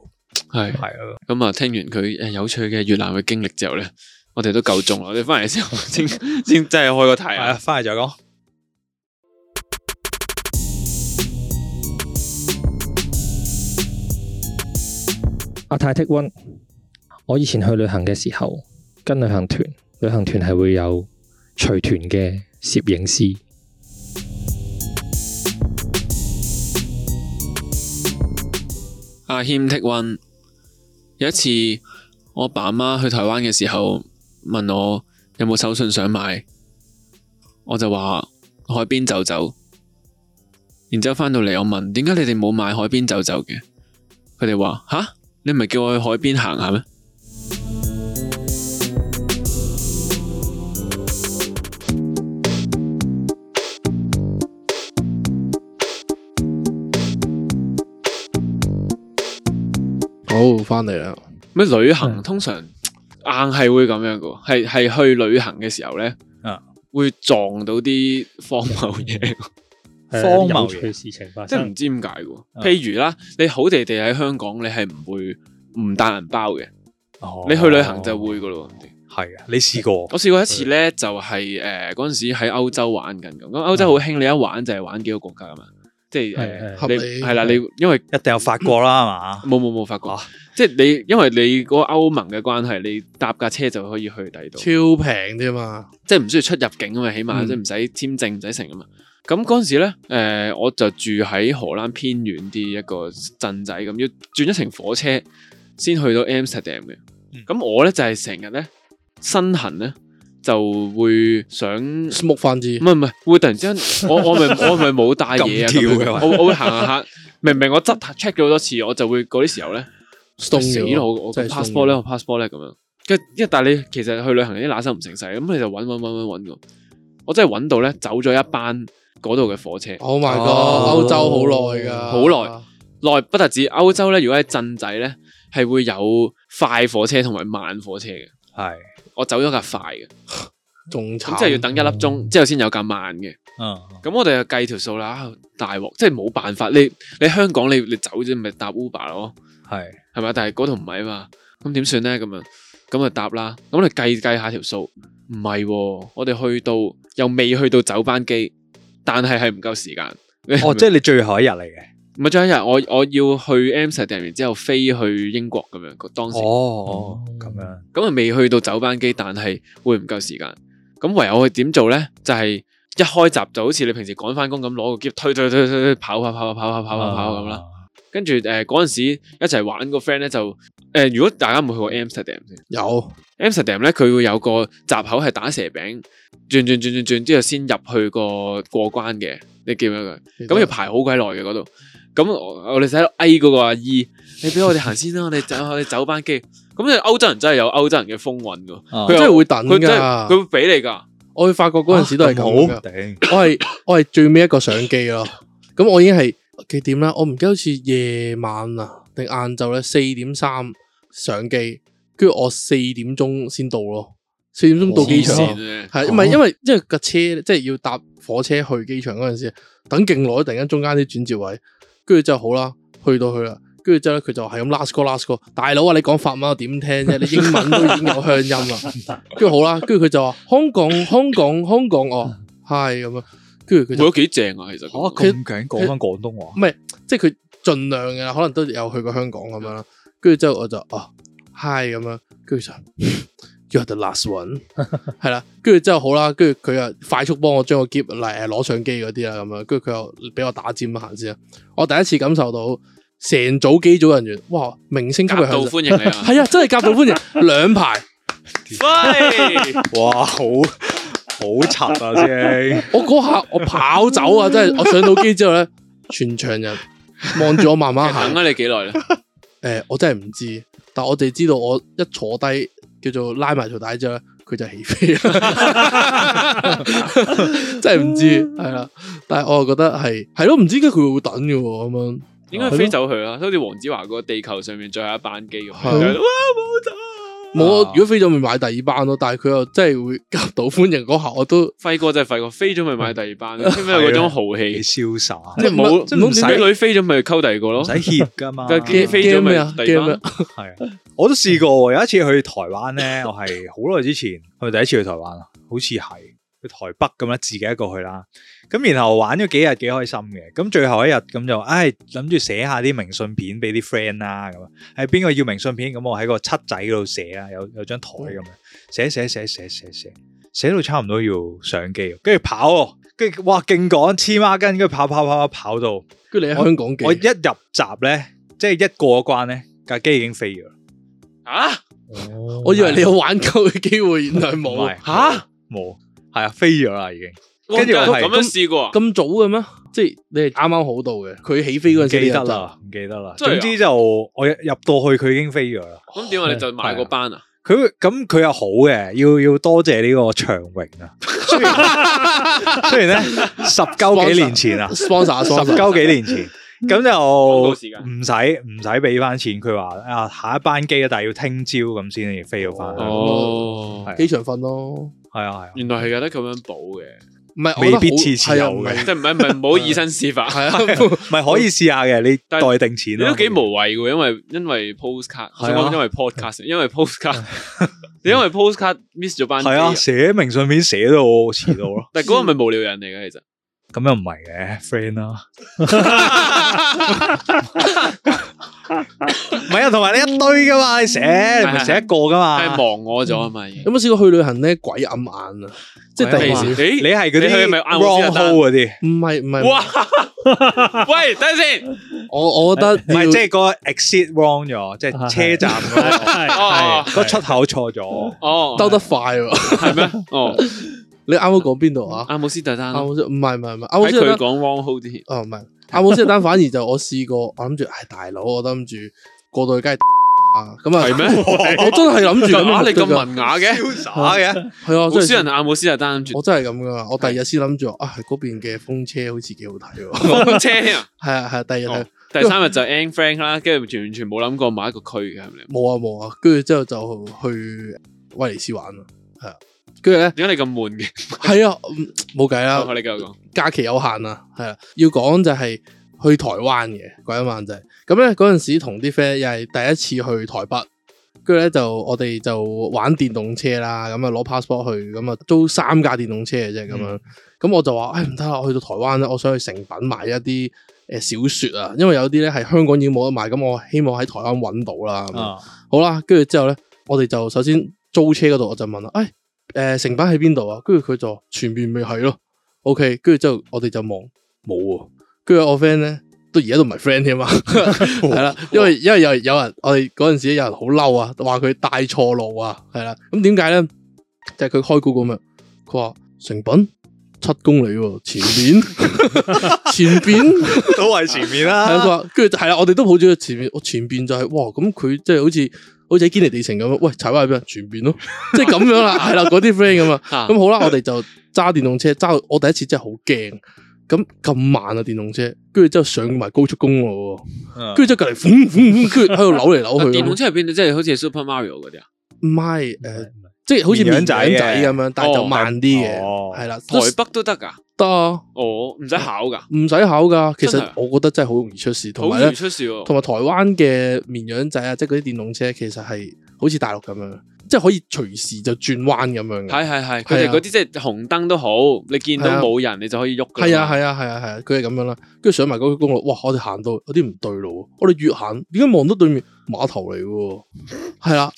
Speaker 2: 係
Speaker 4: 係啊。
Speaker 2: 咁啊，聽完佢誒有趣嘅越南嘅經歷之後咧，我哋都夠鐘啦。我哋翻嚟之後先先真係開個題
Speaker 4: 系啊，
Speaker 2: 啊。
Speaker 4: 翻嚟再讲。
Speaker 5: 阿泰剔温，我以前去旅行嘅時候，跟旅行團，旅行團係會有隨團嘅攝影師。
Speaker 2: 阿謙剔温，有一次我爸媽去台灣嘅時候問我有冇手信想買，我就話海邊走走。然之後翻到嚟，我問點解你哋冇買海邊走走嘅？佢哋話吓，你唔係叫我去海邊行下咩？
Speaker 3: 好翻嚟啦。
Speaker 2: 咩旅行通常硬係會咁樣噶，係係去旅行嘅時候咧，
Speaker 4: 啊
Speaker 2: 會撞到啲荒謬嘢，
Speaker 5: 誒
Speaker 4: 荒謬
Speaker 5: 有
Speaker 4: 嘅
Speaker 5: 趣事情發
Speaker 2: 即係唔
Speaker 5: 生，
Speaker 2: 知點解噶。
Speaker 4: 啊
Speaker 2: 譬如啦，你好地地喺香港，你係唔會唔帶銀包嘅，
Speaker 4: 哦
Speaker 2: 你去旅行就會噶咯。
Speaker 4: 系啊，你試過？
Speaker 2: 我試過一次咧，就係誒嗰陣時喺歐洲玩緊咁，咁歐洲好興，你一玩就係玩幾個國家噶嘛，即係
Speaker 5: 係係
Speaker 2: 誒
Speaker 3: 合
Speaker 2: 你
Speaker 3: 理
Speaker 2: 係啦，你因為
Speaker 4: 一定有法國啦，係嘛？
Speaker 2: 冇冇冇發覺
Speaker 4: 啊，
Speaker 2: 即係你因為你嗰個歐盟嘅關係，你搭架車就可以去第二度。
Speaker 3: 超平啫嘛，
Speaker 2: 即係唔需要出入境啊嘛，起碼
Speaker 4: 嗯
Speaker 2: 即係唔使簽證唔使成啊嘛。咁嗰陣時咧，誒、我就住喺荷蘭偏遠啲一個鎮仔咁，要轉一程火車先去到 Amsterdam 嘅
Speaker 4: 嗯。
Speaker 2: 咁、我咧就係成日咧身痕咧就會想，唔
Speaker 3: smoke 翻支
Speaker 2: 係唔係，會突然之間，我我咪我咪冇帶嘢啊
Speaker 4: 咁跳嘅
Speaker 2: 咁樣
Speaker 4: 話
Speaker 2: 我我會行行下，明明我執 check 咗好多次，我就會嗰啲時候咧。
Speaker 3: stone
Speaker 2: 死
Speaker 3: 咗
Speaker 2: 咯！我我個
Speaker 3: 啊真係 stone
Speaker 2: passport 咧，
Speaker 3: 咗
Speaker 2: 我 passport 咧咁樣，跟住因為但係你其實去旅行有啲揦手唔成世，咁你就揾揾揾揾揾個，我真係揾到咧，走咗一班嗰度嘅火車。
Speaker 3: Oh my
Speaker 4: 哦
Speaker 3: god！歐洲好耐㗎，
Speaker 2: 好耐內不特止歐洲咧，如果喺鎮仔咧，係會有快火車同埋慢火車嘅。
Speaker 4: 系，
Speaker 2: 我走咗架快嘅，
Speaker 3: 仲慘。
Speaker 2: 咁即係要等一粒鐘之後先有架慢嘅。
Speaker 4: 嗯，
Speaker 2: 咁我哋就計條數啦，啊大鑊，即係冇辦法。你你香港你你走啫，咪搭 Uber 咯，
Speaker 4: 系，
Speaker 2: 係咪？但係嗰度唔係啊嘛，咁點算咧？咁樣咁就搭啦。咁你計計下條數，唔係喎，我哋去到又未去到走班機，但係係唔夠時間。
Speaker 4: 哦，即系你最后一日嚟嘅，
Speaker 2: 唔係最後一日，我我要去 Amsterdam，然之後飛去英國咁樣。當時
Speaker 4: 哦，咁样，
Speaker 2: 咁啊未去到走班機，但係會唔夠時間。咁唯有我點做咧？就係、一開閘就好似你平時趕翻工咁，攞個箧推推推推推跑跑跑跑跑跑跑
Speaker 4: 啊
Speaker 2: 跑跑咁啦。跟住誒嗰陣時一齊玩個 friend 咧就誒、呃如果大家有冇去過 Amsterdam 先
Speaker 3: 有
Speaker 2: ，Amsterdam 咧佢會有個閘口係打蛇餅，轉轉轉轉轉之後先入去個過關嘅，你記唔記得佢？咁要排好鬼耐嘅嗰度。咁我我哋就喺度哀嗰個阿姨，你俾我哋行先啦，我哋走我哋走班機。咁你歐洲人真係有歐洲人嘅風韻㗎，
Speaker 4: 啊，
Speaker 2: 佢
Speaker 3: 真
Speaker 2: 又
Speaker 3: 係會等
Speaker 2: 佢真係
Speaker 3: 㗎。
Speaker 2: 佢會俾你㗎。
Speaker 3: 我去法國嗰陣時都係咁
Speaker 4: 好，
Speaker 3: 㗎。
Speaker 4: 顶，
Speaker 3: 我係我係最尾一個上機咯。咁我已經係幾點啦？我唔記得好似夜晚啊定晏晝咧，四點三上機，跟住我四點鐘先到咯。四點鐘到啊機場
Speaker 2: 黐
Speaker 3: 咯
Speaker 2: 線，咧，
Speaker 3: 係唔係因為因為架車即係要搭火車去機場嗰陣時，等勁耐，突然間中間啲轉接位，跟住就好啦，去到去啦。跟住之後咧，佢就係咁 last call last call，大佬啊，你講法文我點聽啫？你英文都已經有鄉音啦。跟住好啦，跟住佢就話香港香港香港哦，係咁樣。跟住佢
Speaker 2: 我覺得
Speaker 3: 就
Speaker 2: 幾正啊，其實
Speaker 4: 吓咁
Speaker 3: 佢
Speaker 4: 劲，讲翻广东话，
Speaker 3: 即係佢盡量嘅啦，可能都有去過香港咁樣啦。
Speaker 2: 嗯
Speaker 3: 跟住之後我就哦 hi 咁樣，跟住就 you're the last one 係啦。跟住之後好啦，跟住佢又快速幫我將個箧嚟攞相機嗰啲啦咁樣，跟住佢又俾我打尖行先啦。啊我第一次感受到成組機組人員，哇！明星級嘅
Speaker 2: 夾道
Speaker 3: 享受，
Speaker 2: 歡迎你 啊！
Speaker 3: 係啊，真係夾到歡 迎兩排。
Speaker 2: 喂，
Speaker 4: 哇，好好柒啊，師兄，
Speaker 3: 我嗰下我跑走啊，真係我上到機之後咧，全場人望住我慢慢行
Speaker 2: 等。啊咗你幾耐咧？
Speaker 3: 诶、呃我真係唔知，但我哋知道我一坐低叫做拉埋條帶之後咧，佢就起飛 啦，真係唔知係啦。但係我又覺得係係咯，唔知點解佢會等嘅喎咁樣。
Speaker 2: 應該飛走佢啦，好似黃子華嗰個地球上面最後一班機咁樣。
Speaker 3: 係啊
Speaker 2: 就係哇，冇走啊！
Speaker 3: 冇
Speaker 4: 啊
Speaker 3: 啊，如果飛咗咪買第二班咯，但係佢又真係會夾到歡迎嗰下，我都
Speaker 2: 輝哥真係輝哥，飛咗咪買第二班，
Speaker 4: 嗯
Speaker 2: 知唔知有嗰種豪
Speaker 4: 幾
Speaker 2: 氣？
Speaker 4: 潇洒，
Speaker 2: 即係冇
Speaker 4: 即係唔使
Speaker 2: 俾女飛咗咪溝第二個咯
Speaker 4: 唔。使怯噶嘛，
Speaker 2: 但係
Speaker 3: 驚
Speaker 2: 機飛咗
Speaker 3: 驚
Speaker 2: 咪
Speaker 3: 咩啊？
Speaker 2: 第二
Speaker 3: 驚
Speaker 2: 班
Speaker 3: 咩啊？
Speaker 4: 系啊，我都試過喎。有一次去台灣咧， 我係好耐之前去第一次去台灣啊，好似係去台北咁啦，自己一個去啦。咁然後玩咗幾日幾開心嘅，咁最後一日咁就，唉，諗住寫下啲明信片俾啲 friend 啦，咁啊，係邊個要明信片？咁我喺個七仔嗰度寫啦，有有張台咁樣寫寫寫寫寫寫，寫到差唔多要上機，跟住跑喎，跟住哇勁趕黐孖筋，跟住跑跑跑跑跑到。
Speaker 3: 跟住你喺香港
Speaker 4: 我一
Speaker 3: 嘅，
Speaker 4: 入閘咧，即係一過關咧，架機已經飛咗啦。
Speaker 2: 啊！
Speaker 5: 哦
Speaker 3: 我以為你有玩夠嘅機會，原來
Speaker 4: 唔
Speaker 3: 冇
Speaker 4: 係
Speaker 3: 吓
Speaker 4: 冇，係啊，飛咗啦已經。
Speaker 2: 跟
Speaker 4: 跟住
Speaker 2: 住
Speaker 4: 我
Speaker 2: 咁
Speaker 4: 係
Speaker 2: 樣試過啊，
Speaker 3: 咁早嘅咩？即係你係啱啱好到嘅，佢起飛嗰陣時你
Speaker 4: 記
Speaker 3: 入
Speaker 4: 得
Speaker 3: 閘
Speaker 4: 啦，唔記得啦。
Speaker 2: 真係
Speaker 4: 總
Speaker 2: 啊
Speaker 4: 之就我入入到去，佢已經飛咗啦。
Speaker 2: 咁點啊？你就買個班啊？
Speaker 4: 佢咁佢又好嘅，要要多謝呢個長榮啊。雖然雖然咧十鳩幾年前 啊，
Speaker 3: ，sponsor
Speaker 4: 十
Speaker 3: sponsor
Speaker 4: 鳩幾年前。咁
Speaker 2: 告
Speaker 4: 就
Speaker 2: 時間
Speaker 4: 唔使唔使俾翻錢，佢話啊下一班機啊，但係要聽朝咁啊先至飛到翻。
Speaker 3: 哦
Speaker 4: 係
Speaker 3: 機場瞓咯。
Speaker 4: 係啊係啊，
Speaker 2: 原來係有得咁樣補嘅，
Speaker 3: 唔係，啊
Speaker 4: 未必次次有嘅
Speaker 2: 即係唔係唔係唔好以身試 法，
Speaker 3: 系啊，唔
Speaker 4: 咪可以試下嘅，你
Speaker 2: 但係
Speaker 4: 待定錢
Speaker 2: 你
Speaker 4: 咯。
Speaker 2: 都幾無謂嘅，因為因為 postcard，
Speaker 4: 係啊
Speaker 2: 我想講因為 podcast，因為 postcard，你因為 postcard miss 咗班機
Speaker 4: 係啊，
Speaker 2: 啊，
Speaker 4: 寫明信片寫到我遲到咯。
Speaker 2: 但係嗰個咪無聊人嚟嘅， 其實
Speaker 4: 咁又唔係嘅，friend 啊啦。唔係啊，同埋你
Speaker 3: 嗯
Speaker 4: 一堆噶嘛，你寫你嗯唔係寫一個噶
Speaker 2: 係
Speaker 4: 嘛。
Speaker 2: 忘我咗啊嘛，已經
Speaker 3: 有冇試過去旅行咧鬼暗眼啊？即係突
Speaker 2: 咩
Speaker 3: 然
Speaker 2: 事
Speaker 3: 時
Speaker 4: 你啊
Speaker 2: 咦
Speaker 4: 係嗰
Speaker 2: 你去
Speaker 4: 啲
Speaker 2: 咪啊啱我
Speaker 4: wrong
Speaker 2: 先得
Speaker 4: hole 嗰啲，
Speaker 3: 唔係唔係，
Speaker 2: 哇！ 喂，等陣先，
Speaker 3: 我我覺得
Speaker 4: 唔
Speaker 3: 要
Speaker 4: 係即係個 exit wrong 咗，即
Speaker 3: 啊
Speaker 4: 係車站嗰個
Speaker 3: 哎
Speaker 2: 哦
Speaker 4: 個出口錯咗。
Speaker 2: 哦，
Speaker 3: 兜得快喎。
Speaker 2: 係咩？哦，
Speaker 3: 你啱啱講邊度啊？
Speaker 2: 阿姆斯特丹
Speaker 3: 啱
Speaker 2: 咯
Speaker 3: 啱先唔係唔係唔係，啱
Speaker 2: 嗯喺
Speaker 3: 啱先
Speaker 2: 佢
Speaker 3: 得
Speaker 2: 講 wrong hole 之前，
Speaker 3: 哎哦唔係，啱啱先單反而就我試過，我諗住唉大佬，我諗住過到去梗係啊，咁啊
Speaker 2: 係咩？
Speaker 3: 我真係 諗住咁樣
Speaker 2: 啊，你咁
Speaker 3: 㗎
Speaker 2: 文雅 嘅，
Speaker 4: 潇灑嘅，
Speaker 3: 係啊，
Speaker 2: 好
Speaker 3: 真
Speaker 2: 少
Speaker 3: 係
Speaker 2: 人阿姆斯特丹住
Speaker 3: 我真係咁噶，我第二日先諗住啊，嗰邊嘅風車好似幾好睇喎。
Speaker 2: 車啊。
Speaker 3: 哦係啊係啊，第二日
Speaker 2: 哦
Speaker 3: 睇
Speaker 2: 第三日就 Anne Frank 啦，跟住完全冇諗過買一個區嘅係咪？
Speaker 3: 冇啊冇啊，跟住之後就去威尼斯玩啦，係啊，跟住咧
Speaker 2: 點解你咁悶嘅？
Speaker 3: 係 啊，嗯冇計啦
Speaker 2: 我，你繼續講。
Speaker 3: 假期有限啊，係啊，要講就係去台灣嘅嗰一晚就係咁咧，嗰陣時同啲 friend 又係第一次去台北，跟住咧就我哋就玩電動車啦，咁啊攞 passport 去，咁啊租三架電動車嘅啫咁樣，咁我就話唉唔得啦，我去到台灣咧，我想去誠品買一啲誒小説啊，因為有啲咧係香港已經冇得賣，咁我希望喺台灣揾到啦。咁樣
Speaker 4: 啊，
Speaker 3: 好啦，跟住之後咧，我哋就首先租車嗰度，我就問啦，誒、誒，成品喺邊度啊？跟住佢就話前面咪係咯，OK，跟住之後我哋就望冇喎，跟住我 friend 咧。到而家都唔係 friend 添嘛， 係啦，因為因為有有人，我哋嗰陣時有人好嬲啊，話佢帶錯路啊，係啦，咁點解咧？就係佢開 Google 咁樣，佢話成品七公里喎，前 面前邊。
Speaker 4: 都係前面
Speaker 3: 係啊，佢
Speaker 4: 啦，
Speaker 3: 話跟住係啦，我哋都抱住佢前面，我前邊就係、哇，咁佢即係好似好似喺堅尼地城咁樣，喂，柴灣喺邊啊？前邊咯，即係咁樣啦，係啦，嗰啲 friend 咁啊，
Speaker 2: 嚇
Speaker 3: 咁好啦，我哋就揸電動車揸到，我第一次真係好驚，咁咁慢啊電動車，跟住之後上埋高速公路喎，
Speaker 4: 嗯
Speaker 3: 跟住之後隔離嗡嗡嗡，跟住喺度扭嚟扭去
Speaker 2: 電動
Speaker 3: 咁，
Speaker 2: 車入邊即係好似 Super Mario 嗰啲啊，
Speaker 3: 唔係誒，即係好似綿羊仔咁樣，但係就慢啲嘅，
Speaker 4: 哦
Speaker 3: 係啦，都
Speaker 2: 台北都得㗎，
Speaker 3: 得啊，
Speaker 2: 哦，唔使考㗎，
Speaker 3: 唔使考噶，其
Speaker 2: 真
Speaker 3: 實
Speaker 2: 係
Speaker 3: 我覺得真係好容易出事，同
Speaker 2: 好
Speaker 3: 埋
Speaker 2: 容
Speaker 3: 咧
Speaker 2: 易。出事喎。
Speaker 3: 同埋台灣嘅綿羊仔啊，即係嗰啲電動車，其實係好似大陸咁樣，即係可以隨時就轉彎咁樣嘅。
Speaker 2: 係係係，佢哋
Speaker 3: 係啊
Speaker 2: 嗰啲即係紅燈都好，你見到
Speaker 3: 係啊
Speaker 2: 冇人你就可以喐㗎。
Speaker 3: 係啊係啊係啊係啊，佢係咁樣啦。跟住上埋嗰個公路，哇！我哋行到有啲唔對路喎，我哋越行點解望到對面碼頭嚟嘅喎？係 啦，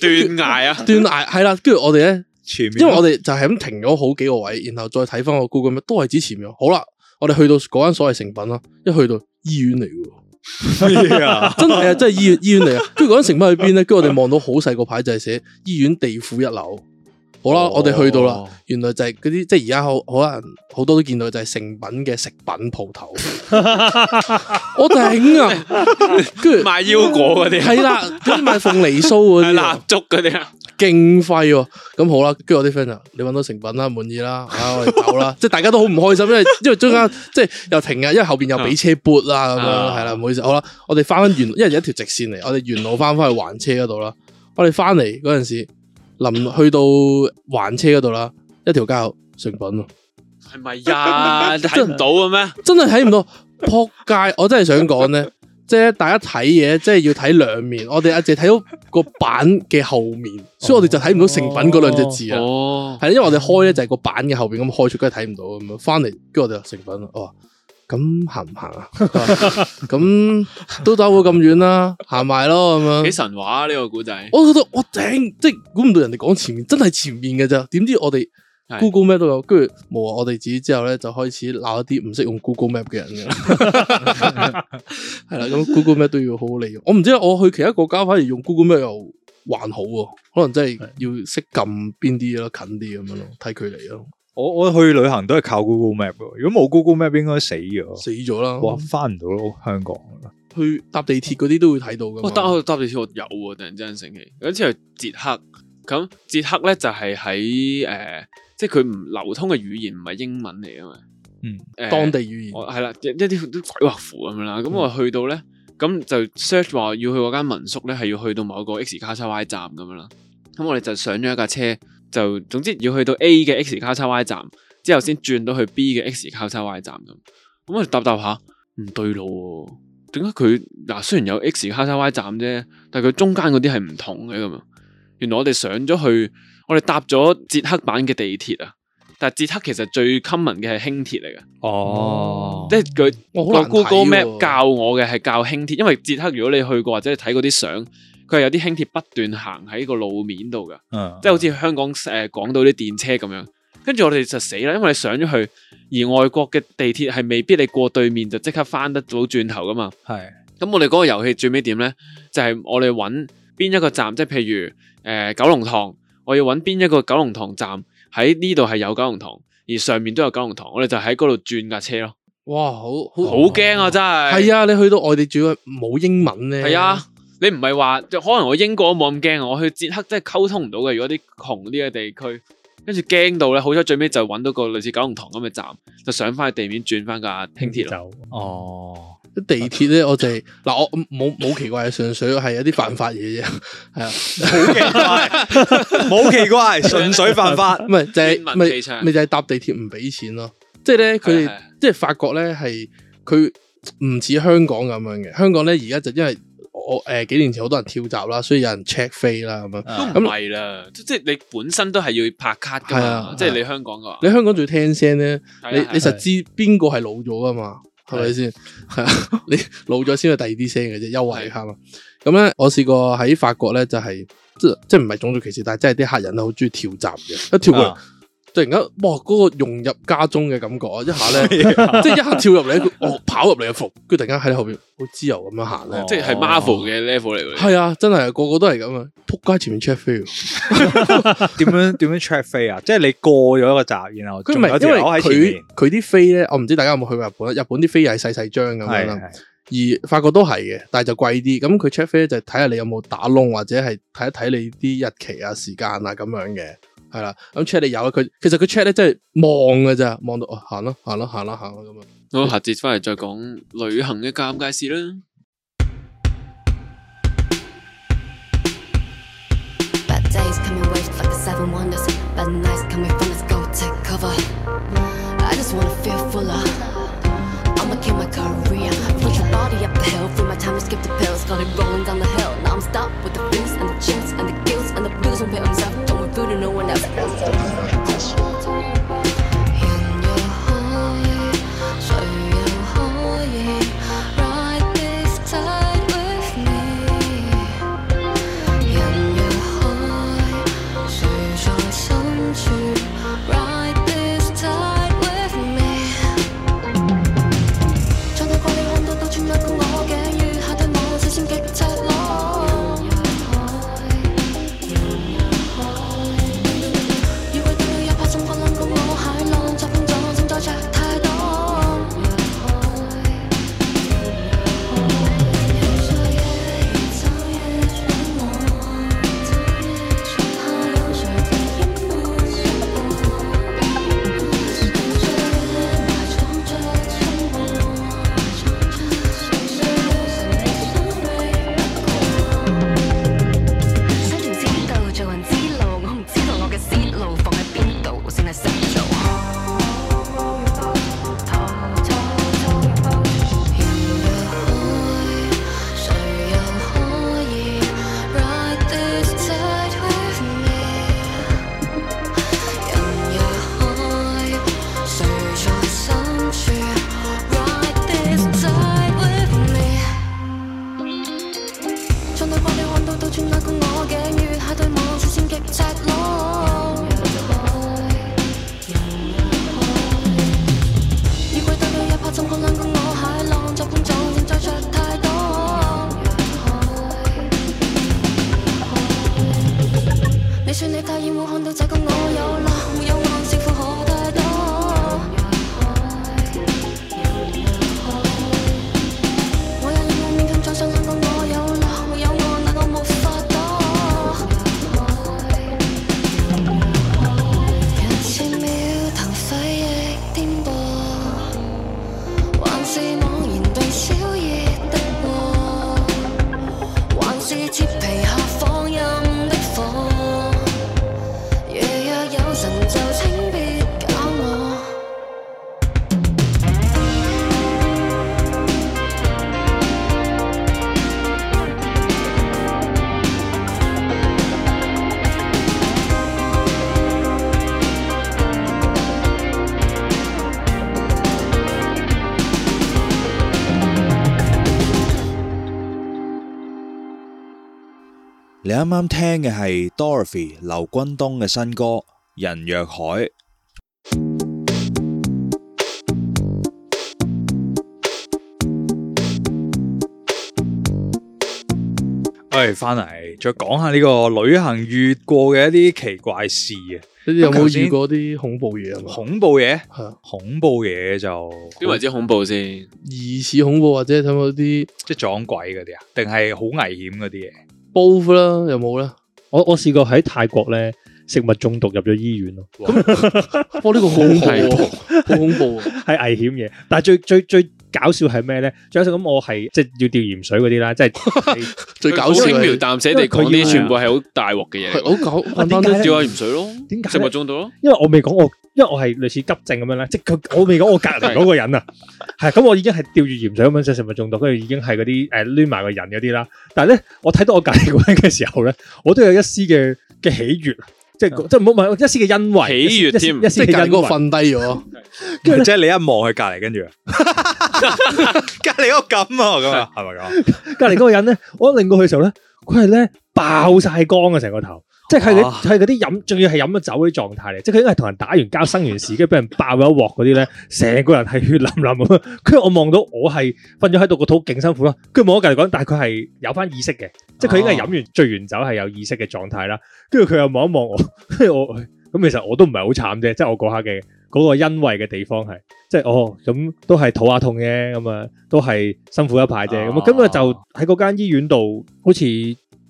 Speaker 2: 斷崖啊！
Speaker 3: 斷崖係啦，跟住我哋咧，
Speaker 4: 前面，
Speaker 3: 因為我哋就係咁停咗好幾個位，然後再睇翻個 Google Map，都係指前面。好啦，我哋去到嗰間所謂成品啦，一去到醫院嚟嘅喎。
Speaker 4: 咩啊？
Speaker 3: 真係啊，真係醫院醫院嚟啊！跟住嗰陣成品去邊咧？跟住我哋望到好細個牌就係寫醫院地庫一樓。好啦，
Speaker 4: 哦
Speaker 3: 我哋去到啦，原來就係嗰啲即係而家好可能好多都見到就係成品嘅食品 鋪頭。我頂啊！跟住
Speaker 2: 賣腰果嗰啲啊，
Speaker 3: 係啦，嗰啲賣鳳梨酥嗰
Speaker 2: 係
Speaker 3: 啲
Speaker 2: 蠟
Speaker 3: 啊，
Speaker 2: 燭嗰啲啊，
Speaker 3: 勁廢喎。咁好啦，跟住我啲 friend 就你揾到成品啦，滿意啦，啊我哋走啦。即係大家都好唔開心，因為因為中間即係又停啊，因為後邊又俾車撥啦咁樣，
Speaker 2: 啊
Speaker 3: 係啦，唔好意思。好啦，我哋翻原，因為有一條直線嚟，我哋沿路翻翻去環車嗰度啦。我哋翻嚟嗰陣時，臨去到環車嗰度啦，一條街口成品喎，
Speaker 2: 係咪呀？ 睇唔到嘅咩？
Speaker 3: 真係睇唔到，撲街！我真係想講咧，即係大家睇嘢，即係要睇兩面。我哋阿姐睇到個板嘅後面，所以我哋就睇唔到成品嗰兩隻字啊。
Speaker 2: 哦，
Speaker 3: 係啦因為我哋開咧就係個板嘅後邊咁開出，梗係睇唔到咁樣。翻嚟，跟住我哋就成品啦。我話咁行唔行啊？佢話咁都走咗咁遠啦，行埋咯咁
Speaker 2: 幾
Speaker 3: 樣。
Speaker 2: 神話啊呢個古仔，
Speaker 3: 我覺得我頂，即係估唔到人哋講前面，真係前面嘅咋？點知我哋
Speaker 2: 係
Speaker 3: Google Map 都有，跟住冇啊！我哋自己之後咧就開始鬧一啲唔識用 Google Map 嘅人嘅， 係啦。咁 Google Map 都要好好利用。我唔知啊我去其他國家反而用 Google Map 又還好喎，可能真係要識撳邊啲咯，近啲咁樣咯，睇距離咯。
Speaker 4: 我我去旅行都係靠 Google Map 嘅，如果冇 Google Map 應該死咗，
Speaker 3: 死咗啦！
Speaker 4: 哇，翻唔到香港啦，
Speaker 3: 去搭地鐵嗰啲都會睇到噶
Speaker 2: 我搭
Speaker 3: 嘛。
Speaker 2: 我搭地鐵我有喎，突然之間醒起，有一次去捷克，咁捷克咧就係喺誒，即係佢唔流通嘅語言唔係英文嚟啊嘛，
Speaker 4: 嗯
Speaker 2: 誒，
Speaker 3: 當地語言
Speaker 2: 我係啦，一一啲都鬼畫符咁樣啦。咁我去到咧，咁就 search 話要去嗰間民宿咧，係要去到某個 X 卡叉 Y 站咁樣啦。咁我哋就上咗一架車，就總之要去到 A 嘅 X 卡叉 Y 站，之後先轉到去 B 嘅 X 卡叉 Y 站咁。咁我哋搭搭下，唔對路喎、點解佢嗱雖然有 X 卡叉 Y 站啫，但係佢中間嗰啲係唔同嘅咁樣。原來我哋上咗去，我哋搭咗捷克版嘅地鐵啊，但係捷克其實最 common 嘅係輕鐵嚟嘅。
Speaker 4: 哦
Speaker 2: 即係佢
Speaker 3: 我好
Speaker 2: 個
Speaker 3: 難睇
Speaker 2: Google
Speaker 3: 喎
Speaker 2: Map 教我嘅係教輕鐵，因為捷克如果你去過或者你睇嗰啲相，佢係有啲輕鐵不斷行喺個路面度
Speaker 3: 哦
Speaker 2: 噶，
Speaker 4: 嗯
Speaker 2: 即係好似香港誒、呃、港島啲電車咁樣。跟住我哋就死啦，因為你上咗去，而外國嘅地鐵係未必你過對面就即刻翻得到轉頭噶嘛。
Speaker 4: 係
Speaker 2: 咁我哋嗰個遊戲最尾點呢？就係、我哋揾邊一個站，即係譬如誒、呃九龍塘，我要揾邊一個九龍塘站喺呢度係有九龍塘，而上面都有九龍塘，我哋就喺嗰度轉架車咯。
Speaker 3: 哇，好好哦
Speaker 2: 好驚啊！真係
Speaker 3: 係啊！你去到外地住冇英文咧，
Speaker 2: 係啊，你唔係話，就可能我英國都冇咁驚，啊我去捷克真係溝通唔到嘅。如果啲窮啲嘅地區，跟住驚到咧，好彩最尾就揾到個類似九龍塘咁嘅站，就上翻去地面轉翻架輕鐵啊
Speaker 3: 嗯
Speaker 2: 啦。
Speaker 5: 走。
Speaker 4: 哦，
Speaker 3: 地鐵咧，我就係嗱，我冇冇奇怪嘅，純粹係有啲犯法嘢啫， 係啊，
Speaker 4: 好奇怪， 冇奇怪，純粹犯法。
Speaker 3: 唔係就係
Speaker 2: 英文
Speaker 3: 咪
Speaker 2: 記唱
Speaker 3: 咪就係搭地鐵唔俾錢咯，即係咧佢
Speaker 2: 係
Speaker 3: 哋
Speaker 2: 係
Speaker 3: 即係法國咧係佢唔似香港咁樣嘅，香港咧而家就因為我誒幾年前好多人跳閘啦，所以有人 check 飛啦咁樣。
Speaker 2: 都唔係啦，即即係你本身都係要拍卡㗎
Speaker 3: 係
Speaker 2: 嘛
Speaker 3: 啊，
Speaker 2: 即係
Speaker 3: 係
Speaker 2: 你香港嘅話
Speaker 3: 你香港仲要聽聲咧，
Speaker 2: 係啊
Speaker 3: 你
Speaker 2: 係啊
Speaker 3: 你實知邊個係老咗噶嘛？係咪 先？係啊， 你老咗先有第二啲聲嘅啫，優惠卡嘛。咁咧，我試過喺法國咧，就係即即唔係種族歧視，但係真係啲客人咧好中意跳閘嘅，一跳過嚟
Speaker 4: 啊
Speaker 3: 突然間，哇！嗰個融入家中嘅感覺啊，一下 咧， 即係一下跳入嚟，佢哦跑入嚟嘅服，跟住突然間喺你後邊好自由咁樣啊行咧
Speaker 4: 哦，
Speaker 2: 即係係 Marvel 嘅 level 嚟嘅。
Speaker 3: 係啊，真係個個都係咁啊！仆街前面 check 飛喎，
Speaker 4: 點樣點樣 check 飛啊？即係你過咗一個閘，然後
Speaker 3: 佢
Speaker 4: 仲
Speaker 3: 唔
Speaker 4: 有
Speaker 3: 係因
Speaker 4: 條
Speaker 3: 為
Speaker 4: 友喺前
Speaker 3: 佢
Speaker 4: 面。
Speaker 3: 佢啲飛咧，我唔知大家有冇去過日本啊啦，日本啲飛又係細細張咁樣啦。
Speaker 4: 係係
Speaker 3: 而法國都係嘅，但係就貴啲。咁佢 check 飛咧就係睇下你有冇打窿，或者係睇一睇你啲日期啊、時間啊咁樣嘅，係啦。咁 check 你有啦，佢其實佢 check 咧真係望㗎咋，望到哦行咯，行咯，行咯，行咯咁樣。
Speaker 2: 我下節翻嚟再講旅行嘅尷尬事啦。
Speaker 6: Bad days come in waves like the seven wonders. Bad nights coming from us, go take cover. I just wanna feel fuller. I'ma kill my career. Push your body up the hill. Free my time to skip the pills. Got it rolling down the hill. Now I'm stuck with the fears and the chills and the guilt and the blues and bit myself. Don't reveal to no one else. Ride this tide with me. 人若海，誰在深處？Ride this tide with me。像透過你溫度都穿越過我頸，月下對我小心極赤裸。以為對你有怕心慌，諗到我海浪作風咗，心再著太多。想條天道做人之路，我唔知道我嘅思路放喺邊度先係識做。誰又可以 ride this tide with me？人若海，誰在深處 ride this tide with me？像對過你看到到處壓過我嘅月下對望，視線極赤裸。衣櫃對你一拍浸過兩個我海浪，作風撞正再着太多。你說你太厭惡看到這個我有浪有岸，勝負可太多。我也要勉強再想兩個我有樂有愛，但我沒法躲。人似秒騰飛翼顛簸，還是茫然被小熱的窩，還是鐵皮下放任的火。夜若有神就請別搞我。
Speaker 4: 你啱啱聽嘅係 Dorothy 劉君東嘅新歌《人若海》。誒、喂，翻嚟再講下呢個旅行遇過嘅一啲奇怪事啊，
Speaker 3: 你哋有
Speaker 4: 頭
Speaker 3: 冇
Speaker 4: 先
Speaker 3: 遇過啲恐怖嘢啊？嘛，
Speaker 4: 恐怖嘢，
Speaker 3: 係啊，
Speaker 4: 恐怖嘢就
Speaker 2: 點為之恐怖先？
Speaker 3: 疑似恐怖或者睇冇啲
Speaker 4: 即係撞鬼嗰啲啊，定係好危險嗰啲嘢？
Speaker 3: both 啦，有冇咧？
Speaker 7: 我我試過喺泰國咧食物中毒入咗醫院咯，
Speaker 3: 哇，呢個好恐
Speaker 2: 真
Speaker 3: 怖
Speaker 2: 係
Speaker 3: 喎，好恐怖啊喎！
Speaker 7: 係危險嘢。但係最最最搞笑係咩咧？最搞笑咁我係即係要吊鹽水嗰啲 啦，即係
Speaker 3: 最搞笑
Speaker 2: 佢輕描
Speaker 3: 係
Speaker 2: 淡寫地講啲全部係好大鑊嘅嘢
Speaker 3: 係
Speaker 2: 嚟
Speaker 3: 好搞
Speaker 7: 啊
Speaker 3: 簡單
Speaker 7: 點
Speaker 3: 啲
Speaker 7: 解
Speaker 2: 㗎，，吊下鹽水咯
Speaker 7: 點，解
Speaker 2: 食
Speaker 7: 咧
Speaker 2: 物中毒咯，
Speaker 7: 因為我未講我，因為我係類似急症咁樣咧，即係佢我未講我隔離嗰個 人啊，係咁我已經係吊住鹽水咁樣即係食物中毒，跟住已經係嗰啲誒攣埋個人嗰啲啦。但係咧，我睇到我隔離嗰個人嘅時候咧，我都有一絲嘅嘅喜悅，即
Speaker 3: 啊
Speaker 7: 係即係唔好問一絲嘅欣慰，
Speaker 2: 喜悅
Speaker 7: 一絲
Speaker 2: 添
Speaker 7: 一
Speaker 3: 即
Speaker 7: 絲
Speaker 3: 係隔
Speaker 7: 嘅
Speaker 3: 離嗰
Speaker 7: 欣
Speaker 3: 個
Speaker 7: 慰。
Speaker 3: 瞓低咗，
Speaker 4: 即係你一望佢隔離，跟 住隔離嗰個咁啊，咁啊，係咪咁？
Speaker 7: 隔離嗰個人咧，我一擰過去嘅時候咧，佢係咧爆晒光啊，成個頭。即係佢
Speaker 4: 啊
Speaker 7: 係嗰啲飲，仲要係飲咗酒嗰啲狀態嚟，即係佢應該係同人打完交、生完事，跟住俾人爆咗一鑊嗰啲咧，成個人係血淋淋咁樣。跟住我望到我係瞓咗喺度，個肚勁辛苦啦。跟住望我隔離講，但係佢係有翻意識嘅，即係佢應該係飲完醉完酒係有意識嘅狀態啦。跟住佢又望一望我，跟住我咁其實我都唔係好慘啫，即係我嗰刻嘅嗰個欣慰嘅地方係，即係哦咁都係肚下痛嘅，咁啊都係辛苦一排啫。咁
Speaker 4: 哦
Speaker 7: 啊今日就喺嗰間醫院度，好似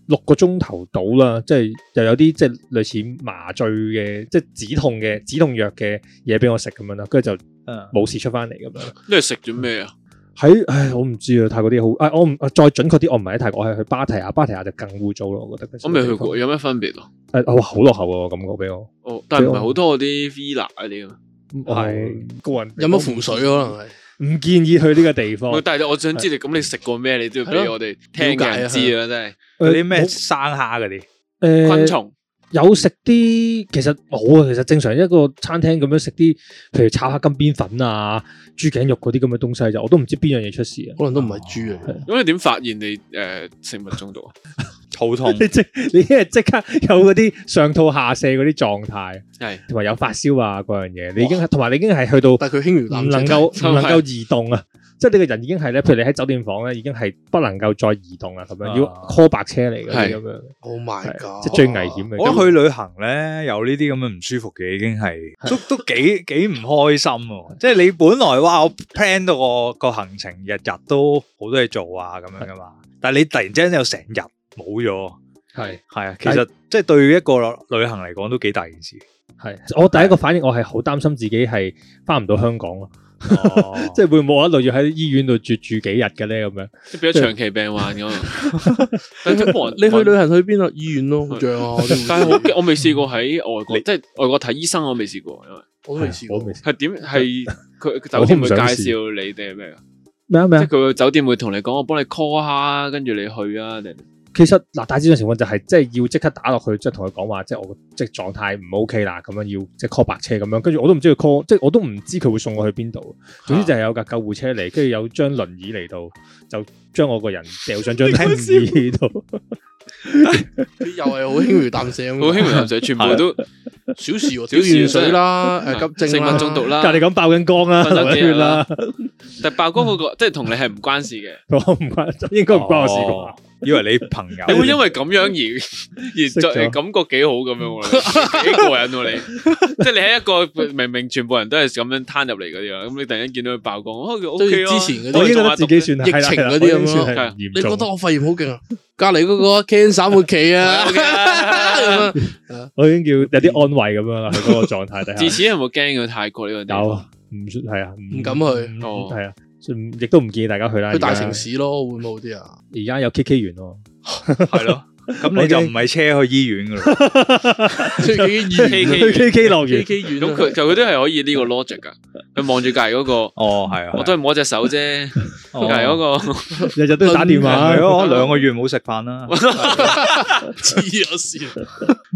Speaker 7: 六個鐘頭到啦，即係又有啲即係類似麻醉嘅，即係止痛嘅止痛藥嘅嘢俾我食咁樣啦，跟住就
Speaker 4: 嗯
Speaker 7: 冇事出翻嚟咁樣。
Speaker 2: 因為食咗咩啊？
Speaker 7: 喺唉，我唔知啊，泰國啲好，唉，我唔再準確啲，我唔係喺泰國，我係去芭提雅，芭提雅就更污糟咯，我覺得。
Speaker 2: 我未去過，，有咩分別啊？
Speaker 7: 誒，哇，好落後喎，我感覺俾我，
Speaker 2: 哦，但係唔係好多嗰啲 villa 嗰啲啊？
Speaker 7: 係個人
Speaker 3: 飲咗符水可能係。
Speaker 7: 唔建議去呢個地方
Speaker 2: 喂。但係我想知你咁你食過咩？你都要
Speaker 3: 係
Speaker 2: 俾
Speaker 3: 咯
Speaker 2: 我哋聽嘅人知啊！真
Speaker 4: 嗰啲咩生蝦嗰啲，
Speaker 7: 誒
Speaker 2: 係昆蟲
Speaker 7: 呃有食啲，其實冇啊。其實正常一個餐廳咁樣食啲，譬如炒下金邊粉啊、豬頸肉嗰啲咁嘅東西就，我都唔知邊樣嘢出事 啊。
Speaker 3: 可能都唔係豬嚟嘅，
Speaker 2: 咁你點發現你誒食物中毒啊？
Speaker 4: 肚 痛
Speaker 7: 你即你係即刻有嗰啲上吐下瀉嗰啲狀態，
Speaker 2: 係
Speaker 7: 同埋有發燒啊嗰樣嘢，你已經係同埋你已經係去到
Speaker 3: 但係佢輕描淡
Speaker 7: 唔
Speaker 3: 寫
Speaker 7: 能夠
Speaker 2: 真係
Speaker 7: 唔能夠移動啊！即係你個人已經係咧，譬如你喺酒店房咧，已經係不能夠再移動啦，咁樣
Speaker 4: 啊
Speaker 7: 要 call 白車嚟嘅
Speaker 2: 係
Speaker 7: 咁樣，
Speaker 3: ，Oh my
Speaker 7: 係
Speaker 3: god，
Speaker 7: 即係最危險
Speaker 4: 我
Speaker 7: 嘅。
Speaker 4: 覺得去旅行咧，有呢啲咁嘅唔舒服嘅，已經係都都幾幾唔開心喎。即係你本來哇，我 plan 到個個行程日日都好多嘢做啊，咁樣噶嘛。但係你突然之間有成日冇咗，
Speaker 7: 係
Speaker 4: 係啊，其實即係對一個旅行嚟講都幾大件事。
Speaker 7: 係，我第一個反應我係好擔心自己係翻唔到香港啊咯，
Speaker 4: 哦
Speaker 7: 即係會唔會我一路要喺醫院度住住幾日嘅咧咁樣？
Speaker 2: 即係變咗長期病患咁啊。但係冇人
Speaker 3: 你去旅行去邊啊？醫院咯， 好像啊， 我都會
Speaker 2: 但係我我未試過喺外國，即係外國睇醫生我未試過，因為
Speaker 3: 我都未試過
Speaker 7: 我。未
Speaker 2: 係點係佢佢酒店會介紹你哋係咩啊？
Speaker 7: 咩啊咩
Speaker 2: 即係
Speaker 7: 啊？
Speaker 2: 佢個酒店會同你講，我幫你 call 下，跟住你去啊定
Speaker 7: 其實嗱，大致上情況就係即係要即刻打落去，即係同佢講話，即係我即係狀態唔 OK 啦，咁樣要即係 call 白車咁樣，跟住我都唔知佢 call，即係我都唔知佢會送我去邊 度。總之就係有架救護車嚟，跟住有張輪椅嚟到，就將我個人掉上 張輪椅度。
Speaker 3: 佢又係好啊輕描淡寫咁，
Speaker 2: 好輕描 淡寫，全部都
Speaker 3: 小事喎，
Speaker 2: 小
Speaker 3: 吊
Speaker 2: 事
Speaker 3: 鹽水啦，
Speaker 2: 真係
Speaker 3: 誒急症
Speaker 2: 食
Speaker 3: 啦
Speaker 2: 物中毒，啦
Speaker 7: 隔。離咁爆緊光啦，
Speaker 2: 瞓咗
Speaker 7: 流
Speaker 2: 幾
Speaker 7: 血
Speaker 2: 日
Speaker 7: 啦
Speaker 2: 啦，但係爆光嗰
Speaker 7: 嗯
Speaker 2: 個即係同你係唔關事嘅，
Speaker 7: 我唔關，應該唔關我事
Speaker 4: 哦
Speaker 7: 啩？
Speaker 4: 以為你朋友，
Speaker 2: 你會因為咁樣而而
Speaker 7: 識
Speaker 2: 再
Speaker 7: 咗
Speaker 2: 感覺幾好咁樣喎，幾過癮喎你！ 即係你喺一個明明全部人都係咁樣攤入嚟嗰啲啊，咁你突然間見到佢爆光，哦佢 O
Speaker 3: 即
Speaker 2: K
Speaker 3: 係
Speaker 2: 啊，
Speaker 3: 之前嗰
Speaker 7: 我
Speaker 3: 啲
Speaker 7: 已經覺得自己算係
Speaker 3: 疫情
Speaker 7: 係啦
Speaker 3: 嗰啲咁咯
Speaker 7: 我已經算係唔
Speaker 3: 你
Speaker 7: 嚴
Speaker 3: 覺
Speaker 7: 重
Speaker 3: 得。我肺炎好勁啊？隔離嗰個 cancer 末期啊，
Speaker 2: 係 啊
Speaker 3: 咁樣
Speaker 7: 我已經叫有啲安慰咁樣啦，喺嗰個狀態 底下
Speaker 2: 自。此有冇驚過泰國呢個地
Speaker 7: 有
Speaker 2: 方？
Speaker 7: 啊唔算係啊，唔
Speaker 3: 唔敢去
Speaker 7: 唔
Speaker 2: 哦
Speaker 7: 係啊，唔亦都唔建議大家去啦。
Speaker 3: 去大
Speaker 7: 而家
Speaker 3: 城，市咯，會唔會好啲啊？
Speaker 7: 而家有 KK 園咯，
Speaker 4: 係 咯，咁你就唔係車去醫院噶啦，
Speaker 3: 即係幾
Speaker 2: 去 KK
Speaker 3: 遠
Speaker 7: 去 KK 樂園
Speaker 3: KK 遠
Speaker 2: 咁
Speaker 3: 啊
Speaker 2: 佢就佢都係可以呢個 logic 噶，佢望住隔離嗰個，
Speaker 4: 哦係啊，
Speaker 2: 我都係摸隻手啫，
Speaker 7: 哦
Speaker 2: 隔離嗰
Speaker 4: 係啊
Speaker 2: 個 啊
Speaker 7: 日日都要打電話
Speaker 4: 係。啊咯，我兩個月冇食飯啦。
Speaker 3: 黐咗線，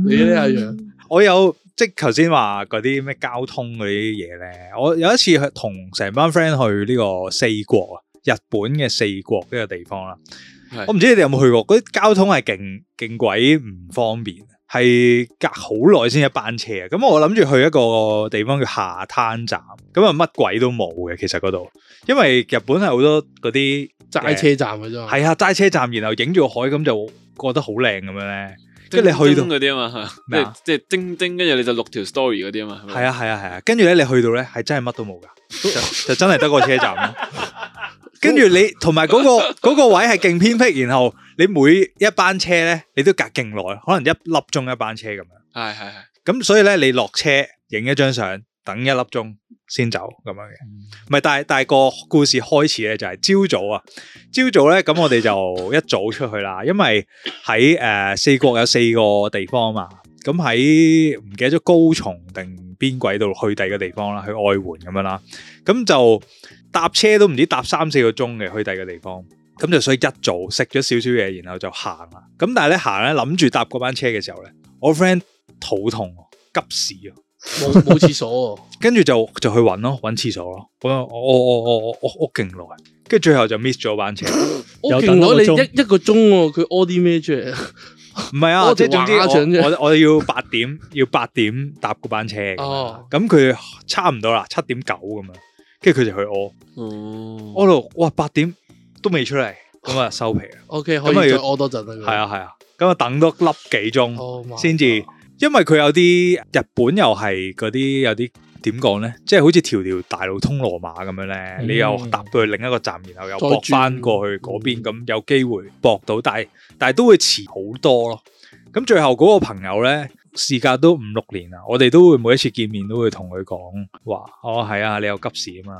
Speaker 3: 你呢阿楊
Speaker 4: 我有即係頭先話嗰啲咩交通嗰啲嘢咧，我有一次係同成班 friend 去呢個四國啊，日本嘅四國呢個地方啦
Speaker 2: 係。
Speaker 4: 我唔知你哋有冇去過，嗰啲交通係勁勁鬼唔方便，係隔好耐先一班車啊。咁我諗住去一個地方叫下灘站，咁啊乜鬼都冇嘅，其實嗰度，因為日本係好多嗰啲啊
Speaker 3: 齋車站嘅啫嘛，
Speaker 4: 係啊，齋車站，然後影住個海咁就過得好靚咁樣咧，跟住你去
Speaker 2: 叮叮
Speaker 4: 到
Speaker 2: 嗰啲啊嘛，
Speaker 4: 咩
Speaker 2: 係
Speaker 4: 啊
Speaker 2: 嘛即係即係叮叮，跟住你就錄條 story 嗰啲啊嘛，係咪
Speaker 4: 係啊係啊係啊，跟住咧你去到咧係真係乜都冇噶，就就真係得個車站咯。跟住你同埋嗰個 嗰個位係勁偏僻，然後你每一班車咧，你都隔勁耐，可能一粒鐘一班車咁樣。
Speaker 2: 係係係，
Speaker 4: 咁所以咧，你落車影一張相，等一粒鐘先走咁樣嘅。唔係，但係但係個故事開始咧就係朝早啊，朝早咧咁我哋就一早出去啦，因為喺誒四國有四個地方嘛，咁喺唔記得咗高松定邊鬼度去第二個地方啦，去外援咁樣啦，咁就搭車都唔知搭三四個鐘嘅去第二個地方。咁就所以一早食咗少少嘢，然後就行啦。咁但係咧行咧諗住搭嗰班車嘅時候咧，我 friend 肚痛喎，急屎啊！
Speaker 3: 冇冇廁所喎，
Speaker 4: 跟住就就去揾咯，揾廁所咯。咁樣我我我我我我勁耐，跟住最後就 miss 咗班 車。唔
Speaker 3: 我
Speaker 7: 有
Speaker 3: 勁
Speaker 7: 等
Speaker 3: 到
Speaker 7: 一個
Speaker 3: 你
Speaker 7: 鐘
Speaker 3: 一一個鐘喎，佢屙啲咩出嚟啊？
Speaker 4: 係啊，
Speaker 3: 我
Speaker 4: 即
Speaker 3: 條
Speaker 4: 係總之
Speaker 3: 畫像
Speaker 4: 我
Speaker 3: 啫
Speaker 4: 我我要八點要八點搭嗰 班車咁樣啦
Speaker 3: 哦
Speaker 4: 咁佢差唔多啦，七點九咁樣，跟住佢就去屙，
Speaker 2: 哦，
Speaker 4: 屙到哇八點都未出嚟，咁啊收皮啦。
Speaker 3: O K，可
Speaker 4: 咁咪
Speaker 3: 以再
Speaker 4: 要
Speaker 3: 屙多陣啦。佢
Speaker 4: 係，啊係啊，咁啊等多粒幾鐘。
Speaker 3: Oh my
Speaker 4: 先至
Speaker 3: God，
Speaker 4: 因為佢有啲日本又係嗰啲有啲點講咧，即係好似條條大路通羅馬咁樣咧，
Speaker 7: 嗯
Speaker 4: 你又搭到去另一個站，然後又
Speaker 3: 再
Speaker 4: 駁翻
Speaker 3: 轉
Speaker 4: 過去嗰邊，咁有機會駁到，但係但係都會遲好多咯。咁最後嗰個朋友咧，事隔都五六年啦，我哋都會每一次見面都會同佢講話，哦係啊，你有急事啊嘛，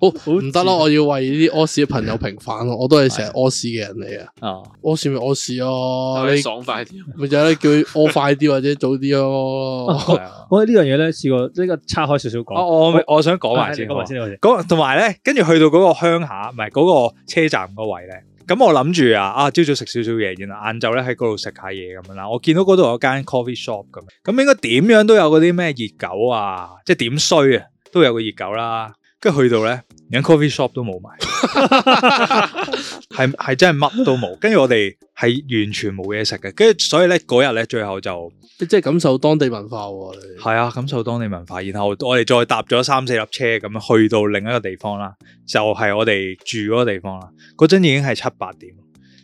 Speaker 3: 好唔得咯！我要為呢啲屙屎嘅朋友平反咯，我都係成日屙屎嘅人嚟啊！
Speaker 4: 啊
Speaker 3: 屙屎咪屙屎
Speaker 4: 哦
Speaker 3: 咯，你
Speaker 2: 爽快啲，啊
Speaker 3: 咪就係咧叫佢屙快啲或者早啲咯。
Speaker 4: 係啊
Speaker 7: 我覺得呢樣嘢咧，試過呢個岔開少少
Speaker 4: 我
Speaker 3: 哦
Speaker 7: 講，
Speaker 4: 我我想講埋
Speaker 7: 係
Speaker 4: 先，啊
Speaker 7: 哦你講埋先，你講埋先
Speaker 4: 嗰同埋咧，跟住去到嗰個鄉下，唔係嗰個車站嗰位咧。咁我諗住啊，啊朝早食少少嘢，然後晏晝咧喺嗰度食下嘢咁樣啦。我見到嗰度有間 coffee shop 咁，咁應該點樣都有嗰啲咩熱狗啊，即係點衰啊，都有個熱狗啦。跟住去到咧，連 coffee shop 都冇埋，係係真係乜都冇。跟住我哋係完全冇嘢食嘅，跟住所以咧嗰日咧最後就。
Speaker 3: 你真係感受當地文化喎，你
Speaker 4: 係啊，感受當地文化，然後我哋再搭咗三四粒車咁樣去到另一個地方啦，就係、我哋住嗰個地方啦。嗰陣已經係七八點，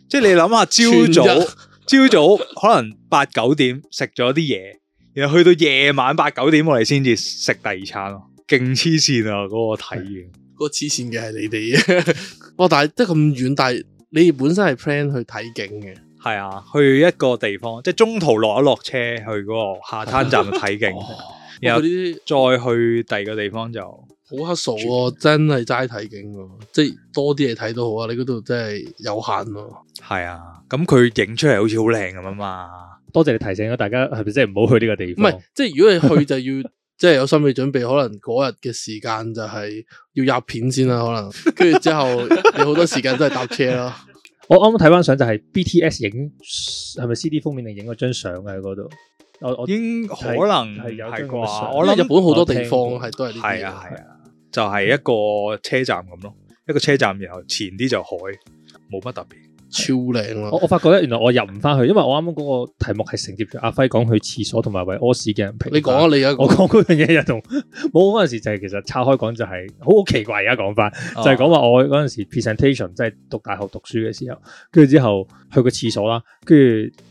Speaker 4: 即係你諗下朝
Speaker 3: 全
Speaker 4: 早，朝早可能八九點食咗啲嘢，然後去到夜晚八九點我哋先至食第二餐咯，勁黐線啊嗰、個體驗。
Speaker 3: 個黐線嘅係你哋 嘅。哇！但係得咁遠，但係你哋本身係 plan 去睇景嘅。
Speaker 4: 係啊，去一個地方，即係中途落一落車去嗰個下灘站度睇景，然
Speaker 3: 哇！嗰
Speaker 4: 後
Speaker 3: 啲
Speaker 4: 再去第二個地方就。
Speaker 3: 好黑數喎，真係齋睇景喎，即係多啲嘢睇都好啊！你嗰度真係有限咯。
Speaker 4: 系啊，咁佢影出嚟好似好靚咁啊嘛，
Speaker 7: 多謝你提醒咗啊大家，係咪真係唔好去呢個地
Speaker 3: 唔
Speaker 7: 方
Speaker 3: 係？，即係如果你去就要 即係有心理準備，可能嗰日嘅時間就係要入片先啦，可能跟住之 後你好多時間都係搭車咯。
Speaker 7: 我啱啱睇翻相就係 BTS 影係咪 CD 封面定影咗張相喺嗰度？我我
Speaker 4: 應可
Speaker 7: 係
Speaker 4: 能
Speaker 7: 係有
Speaker 4: 係
Speaker 7: 張咁嘅
Speaker 4: 啩，
Speaker 7: 相
Speaker 4: 我
Speaker 3: 因為日
Speaker 4: 諗
Speaker 3: 本好多地方
Speaker 7: 我聽過
Speaker 3: 係都係呢啲嘢。
Speaker 4: 係啊係啊，就係一個車站咁咯，一個車站然後前啲就海，冇乜特別。
Speaker 3: 超靚
Speaker 7: 我
Speaker 3: 咯。
Speaker 7: 我發覺咧，原來我入唔翻去，因為我啱啱嗰個題目係承接住阿輝講去廁所同埋為屙屎嘅人平反。
Speaker 3: 你講啊，你而家
Speaker 7: 我
Speaker 3: 講
Speaker 7: 講嗰樣嘢又同 冇嗰陣時就係其實拆開講就係好好奇怪而家講翻，哦就係講話我嗰陣時 presentation 即係讀大學讀書嘅時候，跟住之後去個廁所啦，跟住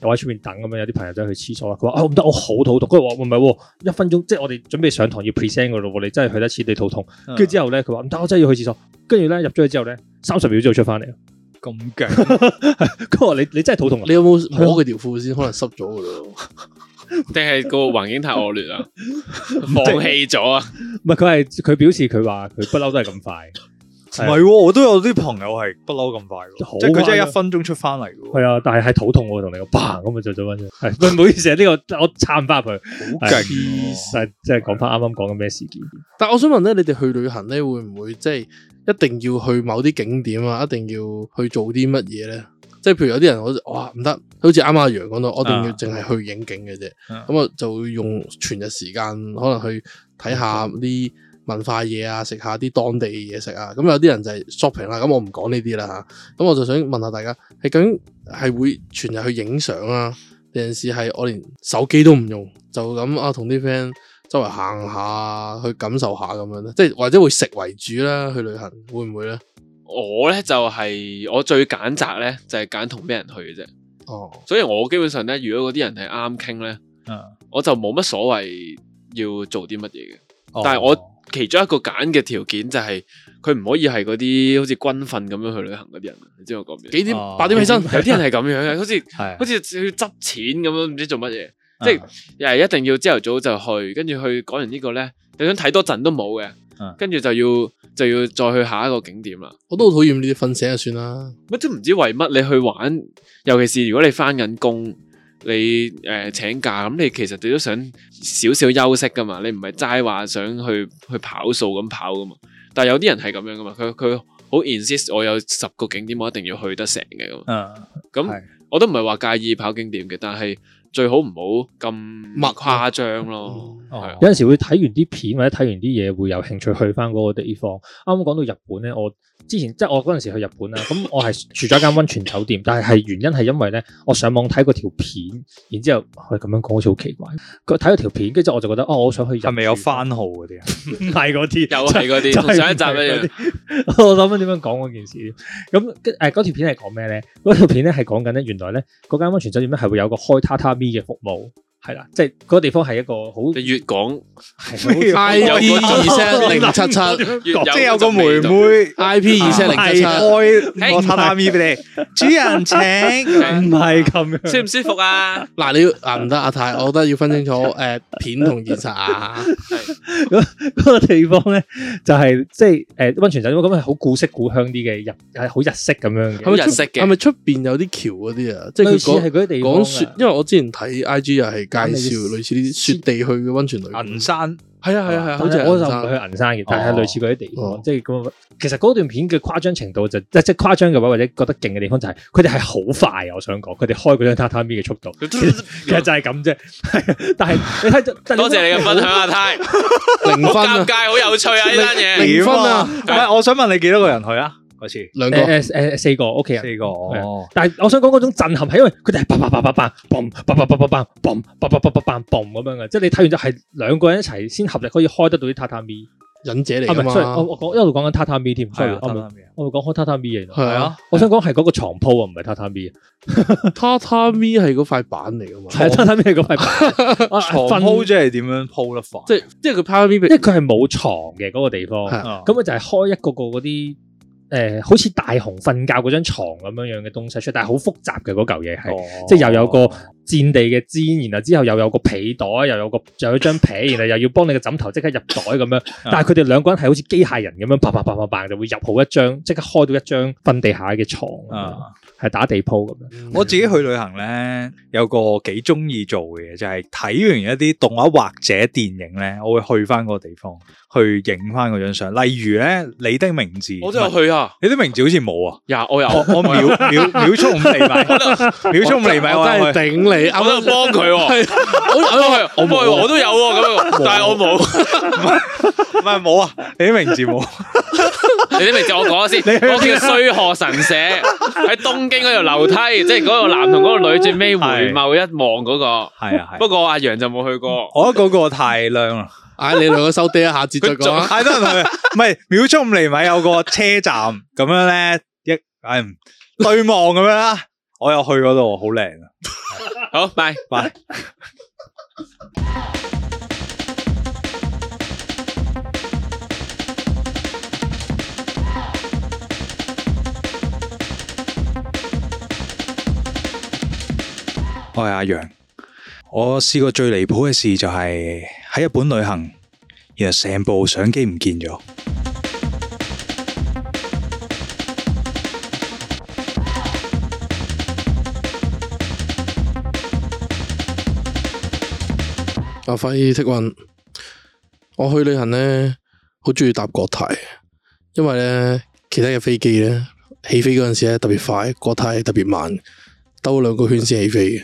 Speaker 7: 又喺出面等咁樣，有啲朋友走去廁所啦，佢話啊唔得，我好肚痛，跟住我話唔係喎，一分鐘即係我哋準備上堂要 present 噶咯喎，你真係去得次你肚痛，跟住之後咧佢話唔得，我真係要去廁所，跟住咧入咗去之後咧三十秒之後出翻嚟，
Speaker 4: 後咁勁，
Speaker 7: 佢話你你真係肚痛啊
Speaker 3: 你，有冇摸佢條褲先？可能濕咗噶咯。
Speaker 2: 定係個環境太惡劣 啦，放棄咗啊，
Speaker 7: 唔係佢係佢表示佢話佢不嬲都係咁快，
Speaker 4: 唔係喎，我都有啲朋友係不嬲咁快
Speaker 7: 好
Speaker 4: 喎，即係佢真
Speaker 7: 快
Speaker 4: 係
Speaker 7: 啊
Speaker 4: 一分鐘出翻嚟嘅喎，
Speaker 7: 係啊，但係係肚痛喎，同你個 bang 咁啊就咗翻啫，係唔好意思啊，呢個我撐唔翻入去。
Speaker 4: 好勁喎。
Speaker 7: 但係即係講翻啱啱講緊咩事件，
Speaker 3: 但我想問咧，你哋去旅行咧，會唔會即係一定要去某啲景點啊？一定要去做啲乜嘢咧？即係譬如有啲人我哇唔得，好似啱啱阿楊講到，哦我一定要
Speaker 4: 啊
Speaker 3: 淨係去影景嘅啫。
Speaker 4: 啊
Speaker 3: 咁啊就會用全日時間，可能去睇
Speaker 4: 嗯
Speaker 3: 下啲文化嘢啊，食下啲當地嘅嘢食啊。咁有啲人就係 shopping 啦。咁我唔講呢啲啦嚇。咁我就想問下大家，係究竟係會全日去影相啊？定陣時係我連手機都唔用，就咁啊同啲 friend 周圍行下，去感受下咁樣咧，即係或者會食為主啦，去旅行會唔會咧？
Speaker 2: 我咧就係、我最揀擇咧就係揀同咩人去嘅啫，
Speaker 3: 哦，
Speaker 2: 所以我基本上咧，如果嗰啲人係啱傾咧，
Speaker 4: 嗯
Speaker 2: 我就冇乜所謂要做啲乜嘢嘅。
Speaker 4: 哦
Speaker 2: 但係我其中一個揀嘅條件就係佢唔可以係嗰啲好似軍訓咁樣去旅行嗰啲人，啊你知我講咩？
Speaker 3: 幾點
Speaker 4: 哦
Speaker 3: 八點起 身，
Speaker 2: 有啲人係咁樣嘅，好似
Speaker 4: 係
Speaker 2: 好似要執錢咁樣，唔知做乜嘢。即係又係一定要朝頭早就去，跟住去講完呢個咧，就想睇多陣都冇嘅
Speaker 4: 嗯，
Speaker 2: 跟住就要就要再去下一個景點啦。
Speaker 3: 我都好討厭呢啲瞓醒就算啦。
Speaker 2: 乜都唔知為乜你去玩，尤其是如果你翻緊工，你誒、呃、請假咁，你其實你都想少少休息噶嘛，你唔係齋話想去去跑數咁跑噶嘛。但係有啲人係咁樣噶嘛，佢佢好 insist 我有十個景點我一定要去得成嘅咁。
Speaker 4: 嗯
Speaker 2: 咁
Speaker 4: 係
Speaker 2: 我都唔係話介意跑景點嘅，但係最好唔好咁密誇張咯。
Speaker 3: 嗯
Speaker 4: 哦
Speaker 2: 係啊
Speaker 5: 有陣時會睇完啲片或者睇完啲嘢，會有興趣去翻嗰個地方。啱啱講到日本咧，我之前即係我嗰陣時去日本啦，咁我係住咗一間温泉酒店，但係係原因係因為咧，我上網睇過條片，然之後我咁樣講好似好奇怪。佢睇過條片，跟住我就覺得哦，我想去日。
Speaker 4: 係咪 有番號嗰啲啊？
Speaker 7: 唔係嗰啲，
Speaker 2: 又係嗰啲
Speaker 7: 就係
Speaker 2: 同上一集
Speaker 7: 唔係
Speaker 2: 一樣
Speaker 7: 嗰啲。 我諗緊點樣講嗰件事。咁跟誒嗰條片係講咩咧？嗰條片咧係講緊咧，原來咧嗰間温泉酒店咧係會有個開榻榻米嘅服務，係啦，即係嗰個地方係一個好
Speaker 2: 你越講
Speaker 7: 係好
Speaker 3: I P
Speaker 2: 有
Speaker 3: 二 set 零七七
Speaker 2: 越
Speaker 4: 即係
Speaker 2: 有嗰
Speaker 4: 有個
Speaker 2: 種
Speaker 4: 妹
Speaker 2: 味道
Speaker 4: 妹。
Speaker 3: ，I P 二 set 零七七，
Speaker 4: 開我榻榻米俾你，主人請。
Speaker 7: 唔係咁 樣。
Speaker 2: 舒唔舒服啊？
Speaker 3: 嗱你要啊唔得阿泰，我覺得要分清楚誒片同現實啊。
Speaker 7: 嗰個地方咧就係即係誒温泉酒店咁係啊好古色古香啲嘅日係好日式咁樣
Speaker 3: 係
Speaker 7: 嘅，
Speaker 3: 咪
Speaker 2: 日
Speaker 3: 出
Speaker 2: 式嘅
Speaker 3: 係咪出邊有啲橋嗰啲啊？即係
Speaker 7: 類
Speaker 3: 佢
Speaker 7: 似
Speaker 3: 講
Speaker 7: 係嗰啲地方
Speaker 3: 講雪
Speaker 7: 啊，
Speaker 3: 因為我之前睇 I G 又係介
Speaker 5: 你
Speaker 3: 紹類似呢啲雪地去嘅温泉旅館。
Speaker 4: 銀山
Speaker 3: 係啊係啊係啊，
Speaker 7: 但
Speaker 3: 好似
Speaker 7: 係
Speaker 3: 係
Speaker 7: 我
Speaker 3: 銀
Speaker 7: 就唔
Speaker 3: 山
Speaker 7: 係去銀山嘅，但係類似嗰啲地
Speaker 3: 哦
Speaker 7: 方，即係咁。其實嗰段片嘅誇張程度就即係即係誇張嘅話，或者覺得勁嘅地方就係佢哋係好快啊！我想講，佢哋開嗰張榻榻米嘅速度，其實就係咁啫。 係啊，但係你睇就 但係
Speaker 2: 多謝你嘅分享啊，泰，好
Speaker 3: 零分
Speaker 2: 尷
Speaker 3: 啊，
Speaker 2: 尬，好有趣啊呢單 嘢。
Speaker 3: 零分啊
Speaker 4: 點啊！喂，我想問你幾多個人去啊？嗰次
Speaker 3: 兩個
Speaker 7: 誒誒誒四個屋企人。
Speaker 4: 四個。哦，
Speaker 7: 但係我想講嗰種震撼係因為佢哋係叭叭叭叭叭嘣叭叭叭叭叭嘣叭叭叭叭叭嘣咁樣嘅，即係你睇完就係兩個人一齊先合力可以開得到啲榻榻米。
Speaker 3: 忍者嚟
Speaker 7: 啊，唔
Speaker 3: 㗎
Speaker 7: 係，sorry，我
Speaker 3: 嘛。
Speaker 7: 我講一路講緊榻榻米添
Speaker 4: 係
Speaker 7: ，sorry，
Speaker 4: 啊，
Speaker 7: 我
Speaker 4: 榻
Speaker 7: 咪
Speaker 4: 榻米啊
Speaker 7: 我咪講開榻榻米嘅。原來
Speaker 3: 係
Speaker 4: 係
Speaker 3: 啊，
Speaker 4: 啊，
Speaker 7: 我想講係嗰個床鋪啊，唔係榻榻米啊，
Speaker 3: 榻榻米係嗰塊板嚟㗎嘛。
Speaker 7: 係榻榻米係嗰塊板啊
Speaker 4: 床
Speaker 7: 瞓
Speaker 4: 鋪即係點樣鋪得法？
Speaker 3: 即係即係佢榻榻米
Speaker 7: 因為佢係冇床嘅嗰個地方，
Speaker 3: 係
Speaker 4: 啊
Speaker 7: 咁佢就係開一個個嗰啲誒，好似大雄瞓覺嗰張床咁樣樣嘅東西出，但係好複雜嘅嗰嚿嘢係。
Speaker 4: 哦
Speaker 7: 即係又有個戰地嘅氈，然後之後又有個被袋，又有個又有張 被，然後又要幫你嘅枕頭即刻入袋咁樣。
Speaker 4: 啊
Speaker 7: 但係佢哋兩個人係好似機械人咁樣，啪啪啪啪啪就會入好一張，即刻開到一張瞓地下嘅床咁樣，
Speaker 4: 啊！
Speaker 7: 係打地鋪咁樣。
Speaker 4: 我自己去旅行咧，有個幾中意做嘅嘢，就係睇完一啲動畫或者電影咧，我會去翻嗰個地方去影翻嗰張相。例如咧，你的名字，
Speaker 2: 我都有去啊，
Speaker 4: 你的名字好似冇啊。
Speaker 2: 呀，我有，
Speaker 4: 我 我秒秒秒速五厘米，秒速五厘米
Speaker 3: 我真
Speaker 4: 啊
Speaker 3: 係
Speaker 4: 我去。
Speaker 3: 頂你，
Speaker 2: 我
Speaker 3: 啱
Speaker 2: 都
Speaker 3: 啱
Speaker 2: 幫佢喎，我我我我我都有喎咁樣，但係我冇。
Speaker 4: 唔係冇啊，你啲名字冇。
Speaker 2: 你啲名字我講 先，我
Speaker 3: 啊
Speaker 2: 叫衰賀神社，喺東京嗰條樓梯，即係嗰個男同嗰個女最尾回眸一望嗰個。
Speaker 4: 係啊係
Speaker 2: 不
Speaker 4: 啊，
Speaker 2: 過阿楊就冇去過，
Speaker 4: 我覺得嗰個太靚啦，
Speaker 3: 嗌你兩個收爹啊，下次再講啊。
Speaker 4: 太多人去。唔係秒速五厘米有個車站咁樣咧，一唉唔對望咁樣啦。我又去嗰度，好靚啊！
Speaker 2: 好，拜。
Speaker 4: 喂。我係阿楊，我試過最離譜嘅事就係喺日本旅行，然後成部相機唔見咗。
Speaker 3: 阿輝剔運，我去旅行咧，好中意搭國泰，因為咧其他嘅飛機咧起飛嗰陣時咧特別快，國泰特別慢，兜兩個圈先起飛嘅。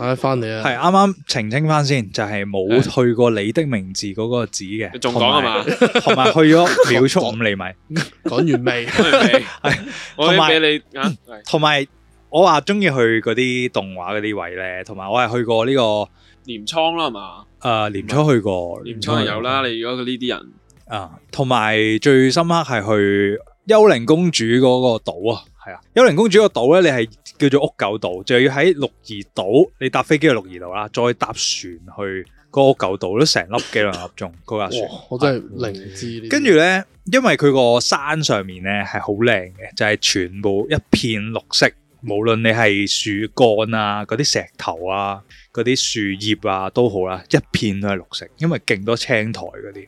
Speaker 3: 唉、唉，翻嚟
Speaker 4: 系
Speaker 3: 啊，
Speaker 4: 啱啱澄清翻先，就係冇去過你的名字嗰個字嘅，
Speaker 2: 仲講啊嘛
Speaker 4: 同埋，同埋去咗 秒速五厘米，
Speaker 3: 講完未？
Speaker 2: 我
Speaker 4: 同埋
Speaker 2: 啲俾你啊，係
Speaker 4: 同埋我話中意去嗰啲動畫嗰啲位咧，同埋我係去過呢、個
Speaker 2: 廉倉啦係嘛，
Speaker 4: 诶年初去過，
Speaker 2: 廉倉係有啦。你如果呢啲人
Speaker 4: 啊，同埋最深刻係去幽靈公主嗰個島啊，係啊，幽靈公主個島咧，你係叫做屋狗島，就要喺鹿兒島，你搭飛機去鹿兒島啦，再搭船去嗰個屋狗島，都成粒幾兩粒鐘嗰架 船。
Speaker 3: 哇！我真係零知呢啲。
Speaker 4: 跟住咧，因為佢個山上面咧係好靚嘅，就係、全部一片綠色，無論你係樹幹啊、嗰啲石頭啊、嗰啲樹葉啊都好啦，一片都係綠色，因為勁多青苔嗰啲。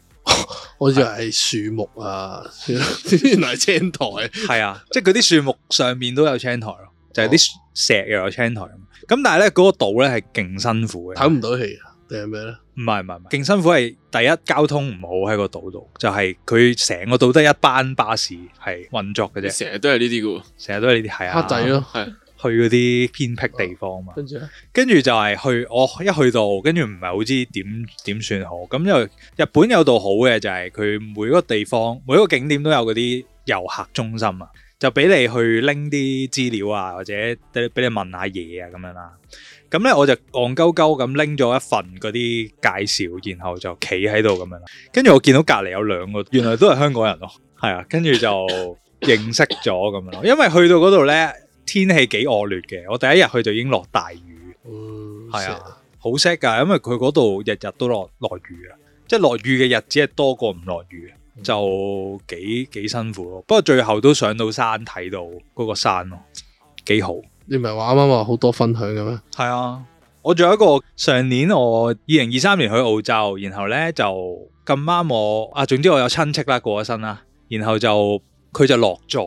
Speaker 3: 我以為係樹木啊， 原來係青苔。
Speaker 4: 係啊， 哦即係嗰啲樹木上面都有青苔咯，就係啲石又有青苔咁。咁但係咧，嗰、個島咧係勁辛苦嘅
Speaker 3: 唞，唔到氣啊，定係咩咧？
Speaker 4: 唔係唔係唔係，勁辛苦係第一交通唔好喺個島度，就係佢成個島得一班巴士係運作嘅
Speaker 2: 你
Speaker 4: 啫，
Speaker 2: 成日都係呢啲噶
Speaker 4: 成日都係呢啲嗯係啊
Speaker 3: 黑仔咯，
Speaker 2: 喎，係
Speaker 4: 去嗰啲偏僻地方嘛。
Speaker 3: 跟住咧
Speaker 4: 跟住就係去我一去到，跟住唔係好知點點算好。咁因為日本有度好嘅就係佢每一個地方每一個景點都有嗰啲遊客中心啊，就俾你去拎啲資料啊，或者俾俾你問下嘢啊咁樣啦。咁咧我就戇鳩鳩咁拎咗一份嗰啲介紹，然後就企喺度咁樣啦。跟住我見到隔離有兩個，原來都係香港人咯，係啊，跟住就認識咗咁樣咯。因為去到嗰度咧天氣幾惡劣嘅，我第一日去就已經落大雨。
Speaker 3: 嗯
Speaker 4: 係啊，好 sad 㗎，因為佢嗰度日日都落落雨啊，即係落雨嘅日子係多過唔落雨，就幾幾辛苦咯。不過最後都上到山睇到嗰個山咯，幾好。
Speaker 3: 你唔係話啱啱話好多分享嘅咩？
Speaker 4: 係啊，我仲有一個上年我二零二三年去澳洲，然後呢就咁啱我啊，總之我有親戚啦過咗身啦，然後就佢就落葬，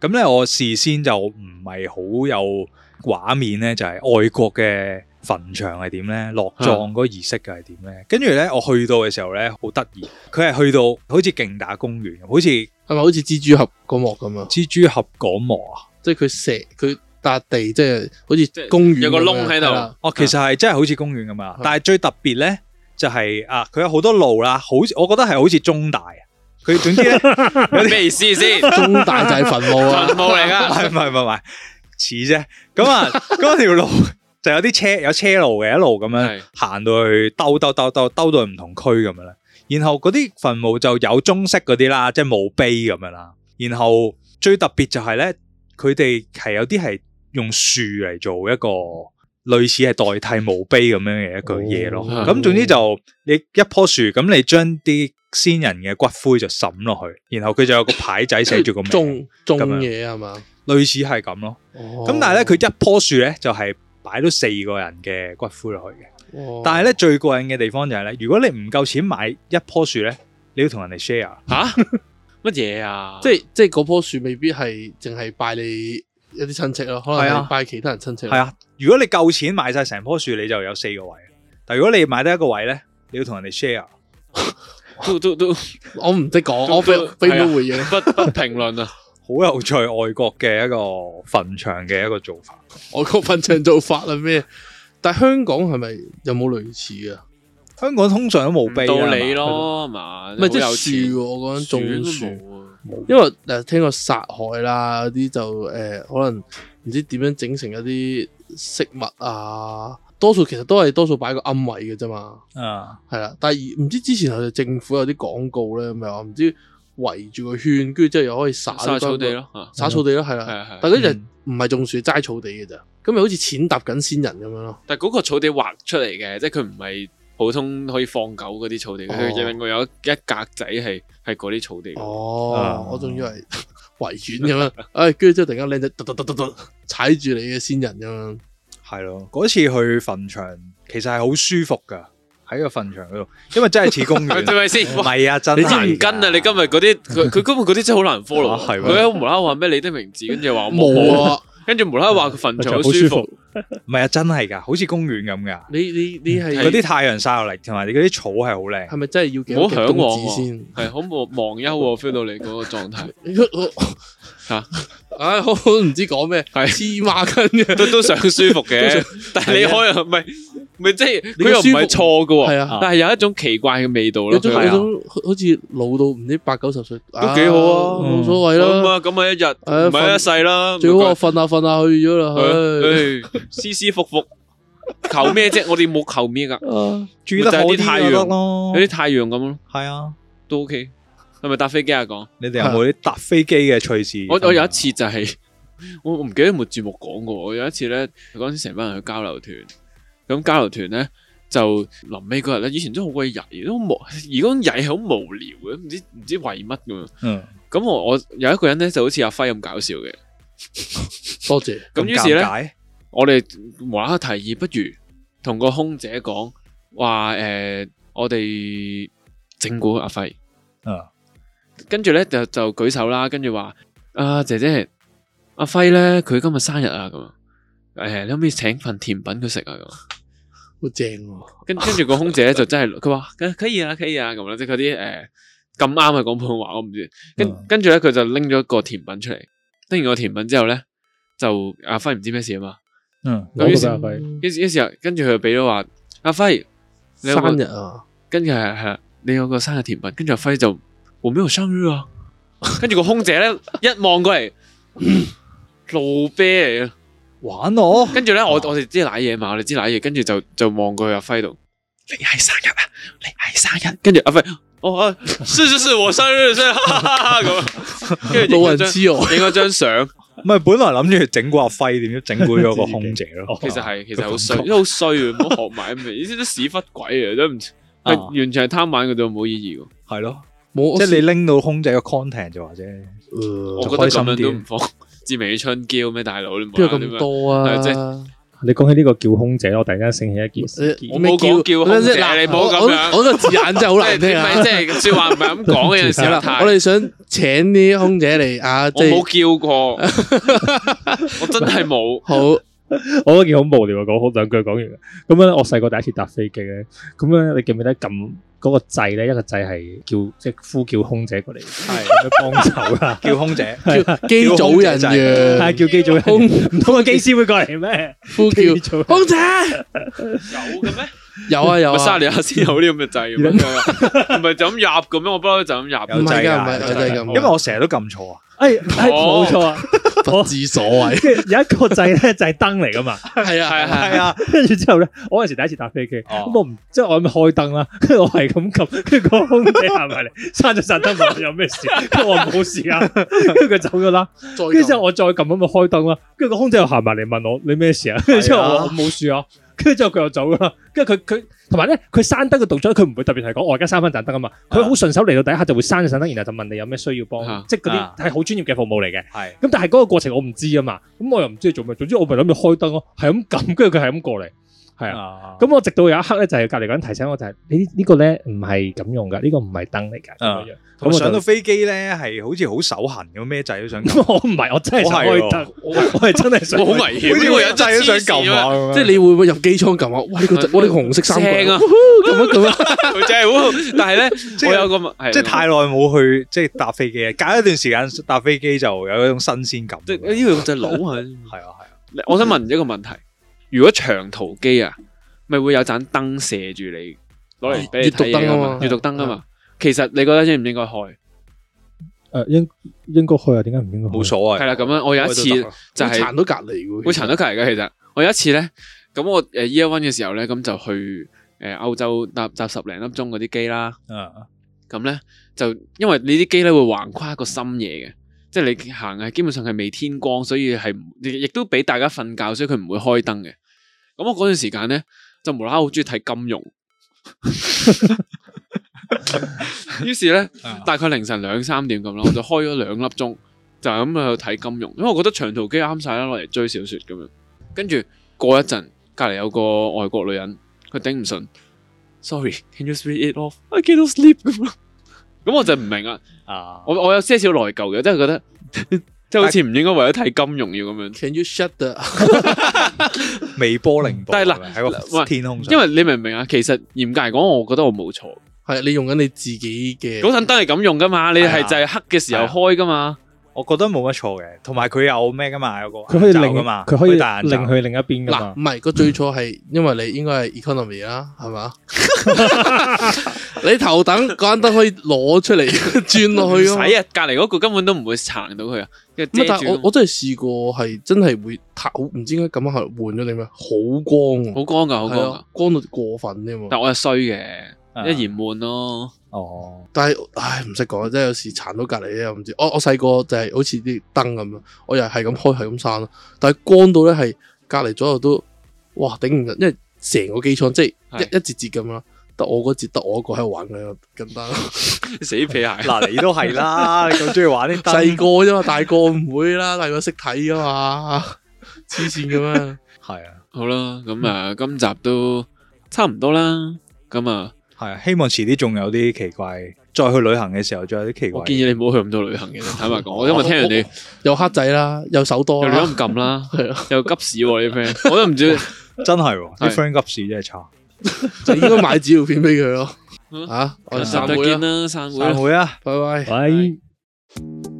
Speaker 4: 咁呢，我事先就唔係好有畫面呢，就係、外國嘅墳場係點呢？落葬嗰個儀式係點呢？跟住呢，我去到嘅時候呢，好得意，佢係去到好似勁打公園，好似
Speaker 3: 係咪好似蜘蛛俠嗰幕咁啊？
Speaker 4: 蜘蛛俠嗰幕啊！
Speaker 3: 即係佢射佢笪地，即係好
Speaker 2: 係
Speaker 3: 似公園
Speaker 2: 有個
Speaker 3: 咁樣
Speaker 2: 窿喺度
Speaker 3: 係啦
Speaker 4: 哦，其實係真係好似公園咁啊！
Speaker 3: 嗯
Speaker 4: 但係最特別咧，就係、啊，佢有好多路啦，好似我覺得係好似中大啊。佢總之咧，唔
Speaker 2: 咩意思 先？
Speaker 3: 中大就係墳墓啊！
Speaker 2: 墳 墓嚟噶，
Speaker 4: 係唔係唔係唔係似啫。咁啊，嗰條路就有啲車有車路嘅，一路咁樣
Speaker 2: 係
Speaker 4: 行到去兜兜兜兜兜到去唔同區咁樣啦。然後嗰啲墳墓就有中式嗰啲啦，即係墓碑咁樣啦。然後最特別就係咧，佢哋係有啲係用樹嚟做一個。類似係代替墓碑咁樣嘅一個嘢咯，
Speaker 2: 哦
Speaker 3: 嗯
Speaker 4: 咁、總之就你一棵樹，咁你將啲先人嘅骨灰就抌落去，然後佢就有個牌仔寫住個名，
Speaker 3: 中中
Speaker 4: 咁樣
Speaker 3: 嘢係嘛？哦
Speaker 4: 類似係咁咯。
Speaker 3: 咁
Speaker 2: 哦
Speaker 4: 咁但係咧，佢一棵樹咧就係擺到四個人嘅骨灰落去嘅。
Speaker 2: 哦
Speaker 3: 佢
Speaker 4: 但係咧最過癮嘅地方就係咧，如果你唔夠錢買一棵樹咧，你要同人哋 share。
Speaker 2: 吓乜嘢啊？
Speaker 3: 即係即係嗰棵樹未必係淨係拜你一啲親戚咯，可能
Speaker 4: 係啊
Speaker 3: 係拜其他人親戚。
Speaker 4: 係啊，如果你夠錢買晒成棵樹，你就有四個位。但如果你買得一個位咧，你要同人哋 share。
Speaker 2: 都都都
Speaker 3: 我唔識講，
Speaker 2: 都
Speaker 3: 我俾
Speaker 2: 都
Speaker 3: 俾
Speaker 2: 係
Speaker 3: 唔
Speaker 2: 啊
Speaker 3: 到回應。
Speaker 2: 不不評論啊！
Speaker 4: 好有趣，外國嘅一個墳場嘅一個做法。
Speaker 3: 我嗰份場做法係咩？但係香港係咪有冇類似啊？
Speaker 4: 香港通常都冇碑
Speaker 2: 到
Speaker 4: 啊
Speaker 2: 你，
Speaker 4: 係嘛
Speaker 2: 咯，係嘛？
Speaker 3: 唔係即
Speaker 2: 好有
Speaker 3: 係
Speaker 2: 錢
Speaker 3: 樹喎，我講緊種
Speaker 2: 都
Speaker 3: 樹，
Speaker 2: 冇啊
Speaker 3: 因為誒聽過殺害啦嗰啲就誒、呃可能唔知點樣整成一啲飾物啊，多數其實都係多數擺個龕位嘅啫嘛，
Speaker 4: 啊，
Speaker 3: 係啦。但係唔知之前係政府有啲廣告咧，咪話唔知圍住個圈，跟住之後又可以撒
Speaker 2: 沙草地，咯，嚇
Speaker 3: 撒草地咯，係
Speaker 2: 係
Speaker 3: 啦。
Speaker 2: 啊係
Speaker 3: 但
Speaker 2: 啊。
Speaker 3: 係嗰啲就唔係種樹，齋草地嘅咋，咁咪好似踐踏緊先人咁樣咯。
Speaker 2: 但係嗰個草地畫出嚟嘅，即係佢唔係普通可以放狗嗰啲草地，
Speaker 3: 哦
Speaker 2: 佢有另外有一格仔係係嗰啲草地嘅。
Speaker 3: 哦，
Speaker 4: 啊
Speaker 3: 我仲以為圍院咁樣， 唉，跟住之後突然間靚仔突突突突突踩住你嘅先人咁樣。
Speaker 4: 係咯。嗰次去墳場其實係好舒服㗎，喺個墳場嗰度，因為真係似公 園。
Speaker 2: 係咪先？
Speaker 4: 唔
Speaker 2: 哇
Speaker 4: 係啊，真
Speaker 2: 你
Speaker 4: 係
Speaker 2: 知唔跟啊？你今日嗰啲佢 佢根本嗰啲真係好難 follow
Speaker 4: 啊
Speaker 2: 啊。
Speaker 4: 係咩
Speaker 2: 佢喺無啦啦話咩你的名字，跟住話我
Speaker 3: 冇，啊！
Speaker 2: 跟住無啦啦話佢墳 場好舒服。
Speaker 4: 唔係啊，真係㗎，好似公園咁㗎。
Speaker 3: 你你你
Speaker 2: 嗯
Speaker 3: 係
Speaker 4: 嗰啲太陽曬落嚟，同埋你嗰啲草係好靚
Speaker 3: 係。咪真係要幾
Speaker 2: 唔
Speaker 3: 多
Speaker 2: 好
Speaker 3: 隻
Speaker 2: 向
Speaker 3: 公
Speaker 2: 往
Speaker 3: 子先？
Speaker 2: 係好忘忘憂喎，feel 到你嗰個狀態。嚇
Speaker 3: 唉，好好唔知講咩，
Speaker 2: 係
Speaker 3: 黐孖 筋嘅，
Speaker 2: 都都想舒服嘅，但係你可能唔係咪即係
Speaker 3: 啊你
Speaker 2: 佢
Speaker 3: 嘅
Speaker 2: 又唔係
Speaker 3: 舒服
Speaker 2: 錯嘅
Speaker 3: 係
Speaker 2: 喎，
Speaker 3: 啊
Speaker 2: 但係有一種奇怪嘅味道咯，
Speaker 3: 有種
Speaker 2: 佢
Speaker 3: 有
Speaker 2: 係啊
Speaker 3: 種好好似老到唔知八九十歲，都
Speaker 2: 幾好啊
Speaker 3: 冇所謂
Speaker 2: 咁
Speaker 3: 啦，
Speaker 2: 啊咁啊一
Speaker 3: 係
Speaker 2: 日
Speaker 3: 啊
Speaker 2: 唔係一世啦，啊
Speaker 3: 最好我瞓下瞓下去咗啦，唉
Speaker 2: 唉舒舒服服，求咩啫？我哋冇求咩噶，
Speaker 3: 啊
Speaker 4: 住得好
Speaker 2: 咪就係啲
Speaker 4: 啲
Speaker 2: 太
Speaker 4: 就
Speaker 2: 陽
Speaker 4: 得咯
Speaker 2: 有。啲太陽咁咯，
Speaker 4: 係啊，
Speaker 2: 都 OK。係咪搭飛機啊？講
Speaker 4: 你哋有冇啲搭飛機嘅趣事？
Speaker 2: 我我有一次就係、 我我唔記得有冇節目講過。我有一次咧，嗰陣時成班人去交流團，咁交流團咧就臨尾嗰日咧，以前真係好鬼曳，都好無而嗰種曳係好無聊嘅，唔知唔知為乜咁樣。
Speaker 4: 嗯，
Speaker 2: 咁我我有一個人咧就好似阿輝咁搞笑嘅，
Speaker 3: 多謝，
Speaker 2: 咁於
Speaker 4: 尷
Speaker 2: 是咧。
Speaker 4: 尬
Speaker 2: 我哋無啦啦提議，不如同個空姐講話誒，我哋整蠱阿輝，
Speaker 4: 嗯，
Speaker 2: 跟住咧就就舉手啦，跟住話啊姐姐，阿輝咧佢今日生日啊咁啊，誒、你可唔可以請份甜品佢食啊咁啊？
Speaker 3: 好正喎，
Speaker 2: 跟跟住個空姐就真係佢 話可可以啊可以啊咁啦，即係嗰啲誒咁啱啊講普通話我唔知，跟
Speaker 4: 嗯
Speaker 2: 跟住咧佢就拎咗個甜品出嚟，拎完個甜品之後咧就阿輝唔知咩事啊嘛。
Speaker 4: 嗯，
Speaker 2: 咁於是
Speaker 7: 攞個俾
Speaker 2: 於是於是又跟住佢就俾咗話阿輝，你有個
Speaker 3: 生日啊，
Speaker 2: 跟住係係你有個生日甜品，跟住阿輝就我沒有生日啊，跟住個空姐咧一望過嚟， 路啤嚟嘅，
Speaker 4: 玩我
Speaker 2: 跟住咧我我哋知賴嘢嘛，我哋知賴嘢，跟住就就望過去阿輝度，你係生日啊，你係生日，跟住阿輝。哦，啊是是是，我生日是，哈哈哈咁，啊跟住影咗
Speaker 3: 老人
Speaker 2: 張
Speaker 3: 痴呆。
Speaker 2: 影咗張相，
Speaker 4: 唔係，本來諗住整蠱阿輝，點知整蠱咗個 空姐咯。
Speaker 7: 哦
Speaker 2: 其實
Speaker 3: 啊
Speaker 2: 係其實好衰，都好衰啊，唔好學埋咁嘅，呢啲都屎忽鬼啊，都唔。
Speaker 4: 啊
Speaker 2: 完全係貪玩嗰度冇意義喎，
Speaker 4: 係咯，
Speaker 3: 冇
Speaker 4: 即係你拎到空姐嘅 content 就話啫。
Speaker 2: 我
Speaker 3: 誒
Speaker 2: 覺得咁
Speaker 4: 嗯開心
Speaker 2: 樣
Speaker 4: 啲
Speaker 2: 都唔放， 志明與春嬌咩大佬，你冇
Speaker 3: 邊有
Speaker 2: 啦啦
Speaker 3: 咁多啊
Speaker 2: 係即？
Speaker 7: 你講起呢個叫空姐，我突然間醒起一件事。
Speaker 3: 你
Speaker 2: 我冇講叫空姐你唔好咁樣
Speaker 3: 我 我我個字眼真係好難 聽啊！
Speaker 2: 即係説話唔係咁 講嘅有時
Speaker 3: 係啦
Speaker 2: 候，太
Speaker 3: 我哋想請啲空姐嚟啊，即
Speaker 2: 我
Speaker 3: 係
Speaker 2: 冇叫 過，我真係冇。
Speaker 3: 好
Speaker 7: 我都件好無聊啊，講好兩句講完。咁樣咧，我細個第一次搭飛機咧，咁咧你記唔記得撳嗰個掣咧？一個掣係叫即係呼叫空姐過嚟，係幫手 啦，
Speaker 4: 叫空姐，
Speaker 3: 機組人
Speaker 7: 係
Speaker 3: 員
Speaker 7: 叫機組
Speaker 3: 空
Speaker 7: 人員，唔通個機師會過嚟咩？
Speaker 3: 呼叫
Speaker 7: 機組
Speaker 3: 空姐，
Speaker 2: 有嘅咩？
Speaker 3: 有啊有
Speaker 2: 咪沙
Speaker 3: 啊，
Speaker 2: 利亞先有呢咁嘅掣咁樣，唔係就咁入咁樣，我不嬲就咁
Speaker 4: 有
Speaker 2: 入。
Speaker 3: 唔
Speaker 4: 掣
Speaker 3: 係㗎唔係有
Speaker 4: 㗎有掣
Speaker 3: 掣
Speaker 4: 㗎
Speaker 3: 㗎
Speaker 4: 因為我成日都撳錯啊。
Speaker 7: 哎，係冇錯啊！
Speaker 3: 不知 所謂，
Speaker 7: 跟住有一個掣咧就係燈嚟 噶嘛，
Speaker 3: 係
Speaker 2: 係
Speaker 3: 啊係
Speaker 2: 係
Speaker 3: 啊，
Speaker 4: 係啊，
Speaker 7: 跟住之後咧，我嗰陣時第一次搭飛機，咁我唔即係我咁開燈啦，跟住我係咁撳，跟住個空姐行埋嚟，閂咗盞燈問我有咩事，跟住我話冇事啊，跟住佢走咗啦。
Speaker 3: 再
Speaker 7: 跟住之
Speaker 3: 就
Speaker 7: 後我再撳咁咪開燈啦，跟住個空姐又行埋嚟問我你咩事啊？跟住之後我話我冇事啊，跟住之後佢又走啦。跟住佢佢同埋咧，佢閂燈嘅動作佢唔會特別係講我而家閂翻盞燈啊嘛，佢好順手嚟到第一下就會閂咗盞燈，然後就問你有咩需要
Speaker 2: 啊
Speaker 7: 幫，即係嗰啲係好專業嘅服務嚟嘅。
Speaker 4: 係
Speaker 7: 咁但係嗰個過程我唔知啊嘛，咁我又唔知佢做咩，總之我咪諗住開燈咯，係咁撳，跟住佢係咁過嚟，係啊。
Speaker 4: 啊
Speaker 7: 咁我直到有一刻咧，就係隔離嗰人提醒我，就係呢呢個咧唔係咁用噶，呢個唔係燈嚟㗎。
Speaker 4: 啊
Speaker 7: 咁樣
Speaker 4: 同
Speaker 7: 咁
Speaker 4: 埋
Speaker 7: 我
Speaker 4: 上到
Speaker 7: 就
Speaker 4: 飛機咧，係好似好手痕咁，咩掣都想撳。
Speaker 7: 我唔係，我真係想
Speaker 4: 我係
Speaker 7: 開
Speaker 4: 喎
Speaker 7: 燈，我係真係想
Speaker 2: 我好
Speaker 7: 開燈。
Speaker 2: 危險，
Speaker 4: 好
Speaker 2: 呢
Speaker 4: 似
Speaker 2: 個
Speaker 4: 我
Speaker 2: 人
Speaker 4: 有
Speaker 2: 真
Speaker 4: 掣
Speaker 2: 係
Speaker 4: 都
Speaker 2: 黐
Speaker 4: 想
Speaker 2: 線
Speaker 4: 撳
Speaker 2: 啊
Speaker 4: 啊！咁樣
Speaker 3: 即係你會唔會入機艙撳啊？哇！呢個
Speaker 2: 係
Speaker 3: 我哋紅色衫
Speaker 2: 嗯正 啊
Speaker 3: 咁樣咁樣，
Speaker 2: 佢真係，但係
Speaker 4: 即
Speaker 2: 咧，
Speaker 4: 係
Speaker 2: 我有個係
Speaker 4: 即係太耐冇去即係搭飛機啊！隔一段時間搭飛機就有一種新鮮感。啊
Speaker 2: 即
Speaker 4: 係
Speaker 2: 係呢個就係佬啊！
Speaker 4: 啊係啊，
Speaker 2: 我想問一個問題：如果長途機啊，咪會有盞燈射住你，攞嚟俾你睇嘢㗎嘛？閱
Speaker 3: 閱讀燈啊嘛
Speaker 2: 讀燈啊嘛。其實你覺得應唔應該開？
Speaker 7: 誒應應該去啊？點解唔應該去？
Speaker 4: 冇
Speaker 2: 嗯
Speaker 4: 所
Speaker 2: 係
Speaker 4: 謂。
Speaker 2: 啦，咁樣我有一次
Speaker 4: 開都得
Speaker 2: 就
Speaker 3: 會
Speaker 2: 係
Speaker 3: 殘到啊隔離喎，
Speaker 2: 會殘到隔離嘅。其實我有一次咧，咁我誒 year one 嘅時候咧，咁就去誒歐洲搭搭十零粒鐘嗰啲機啦。
Speaker 5: 啊
Speaker 4: 嗯
Speaker 2: 咁咧就因為你啲機咧會橫跨個深夜嘅，即係你行係基本上係未天光，所以係唔亦亦都俾大家瞓覺，所以佢唔會開燈嘅。咁我嗰段時間咧就無啦啦好中意睇金融，於是咧
Speaker 4: 啊
Speaker 2: 大概凌晨兩三點咁啦，我就開咗兩粒鐘，就係咁喺度睇金融，因為我覺得長途機啱晒啦，攞嚟追小説咁樣。跟住過一陣，隔離有個外國女人，佢頂唔順，sorry，can you speed it off？I cannot sleep 咁樣咁我就唔明啊，
Speaker 4: 啊，
Speaker 2: 我我有些少內疚嘅，即係覺得 即係好似唔應該為咗睇金融要咁樣。
Speaker 3: Can you shut the？
Speaker 4: 微波零步
Speaker 2: 但係嗱
Speaker 4: 喺個天空上，
Speaker 2: 因為你明唔明啊？其實嚴格嚟講，我覺得我冇錯。
Speaker 3: 係你用緊你自己嘅啊
Speaker 2: 嗰陣燈係咁用噶嘛，你係就係黑嘅時候開噶嘛。
Speaker 4: 我覺得冇乜錯嘅，同埋佢有咩噶嘛，有個
Speaker 5: 佢可以
Speaker 4: 眼罩
Speaker 5: 令
Speaker 4: 噶嘛，
Speaker 5: 佢可以
Speaker 4: 戴眼罩
Speaker 5: 令去另一邊噶嘛
Speaker 3: 嗱，唔。係個最錯係，因為你應該係 economy 啦，係嘛？你頭等嗰間燈可以攞出嚟 轉落
Speaker 2: 唔
Speaker 3: 去
Speaker 2: 使
Speaker 3: 啊嘛！
Speaker 2: 啊，隔離嗰個根本都唔會撐到佢啊，因為
Speaker 3: 乜
Speaker 2: 遮
Speaker 3: 但係
Speaker 2: 住
Speaker 3: 我我真係試過係真係會太好，唔知點解咁樣係換咗你咩？好光喎
Speaker 2: 好光㗎，好光
Speaker 3: 係
Speaker 2: 㗎
Speaker 3: 啊。光到過分添啊喎！
Speaker 2: 但我係衰嘅，
Speaker 4: 啊
Speaker 2: 一言悶咯。
Speaker 4: 哦，
Speaker 3: 但係唉唔識講，真係有時殘到隔離咧，我唔知。我我細個就係好似啲燈咁樣，我又係咁開係咁閂咯，啊但係光到咧係隔離左右都哇頂唔順，因為成個機艙即係一
Speaker 2: 係
Speaker 3: 一節節咁啦，啊得我嗰節得我一個喺度玩嘅咁 得。
Speaker 2: 死皮鞋，
Speaker 4: 嗱你都 係啦，你咁中意玩啲
Speaker 3: 細
Speaker 4: 燈，
Speaker 3: 個啫嘛，大個唔會啦，大個識睇噶嘛，黐線嘅咩？
Speaker 4: 係啊
Speaker 2: 好啦，咁啊，今集都差唔多啦。咁啊，
Speaker 4: 係啊，希望遲啲仲有啲奇怪，再去旅行嘅時候仲有啲奇怪
Speaker 2: 我。建議你唔好去咁多旅行嘅，坦白講， 我因為聽人哋
Speaker 3: 有黑仔啦，有手多
Speaker 2: 又亂
Speaker 3: 啦
Speaker 2: 咁，撳啦
Speaker 3: 係啊，
Speaker 2: 又急屎喎啲 friend，我都唔知。
Speaker 4: 真係喎
Speaker 2: 係
Speaker 4: 啲 friend 急事真係差。
Speaker 3: 就應該買紙尿片俾佢咯。
Speaker 2: 嗯
Speaker 3: 啊，我哋
Speaker 2: 實
Speaker 3: 散
Speaker 2: 再
Speaker 3: 會
Speaker 2: 見
Speaker 3: 啦，
Speaker 2: 啦，散會啦
Speaker 4: 散。會啊！
Speaker 3: 拜拜。
Speaker 5: 喂。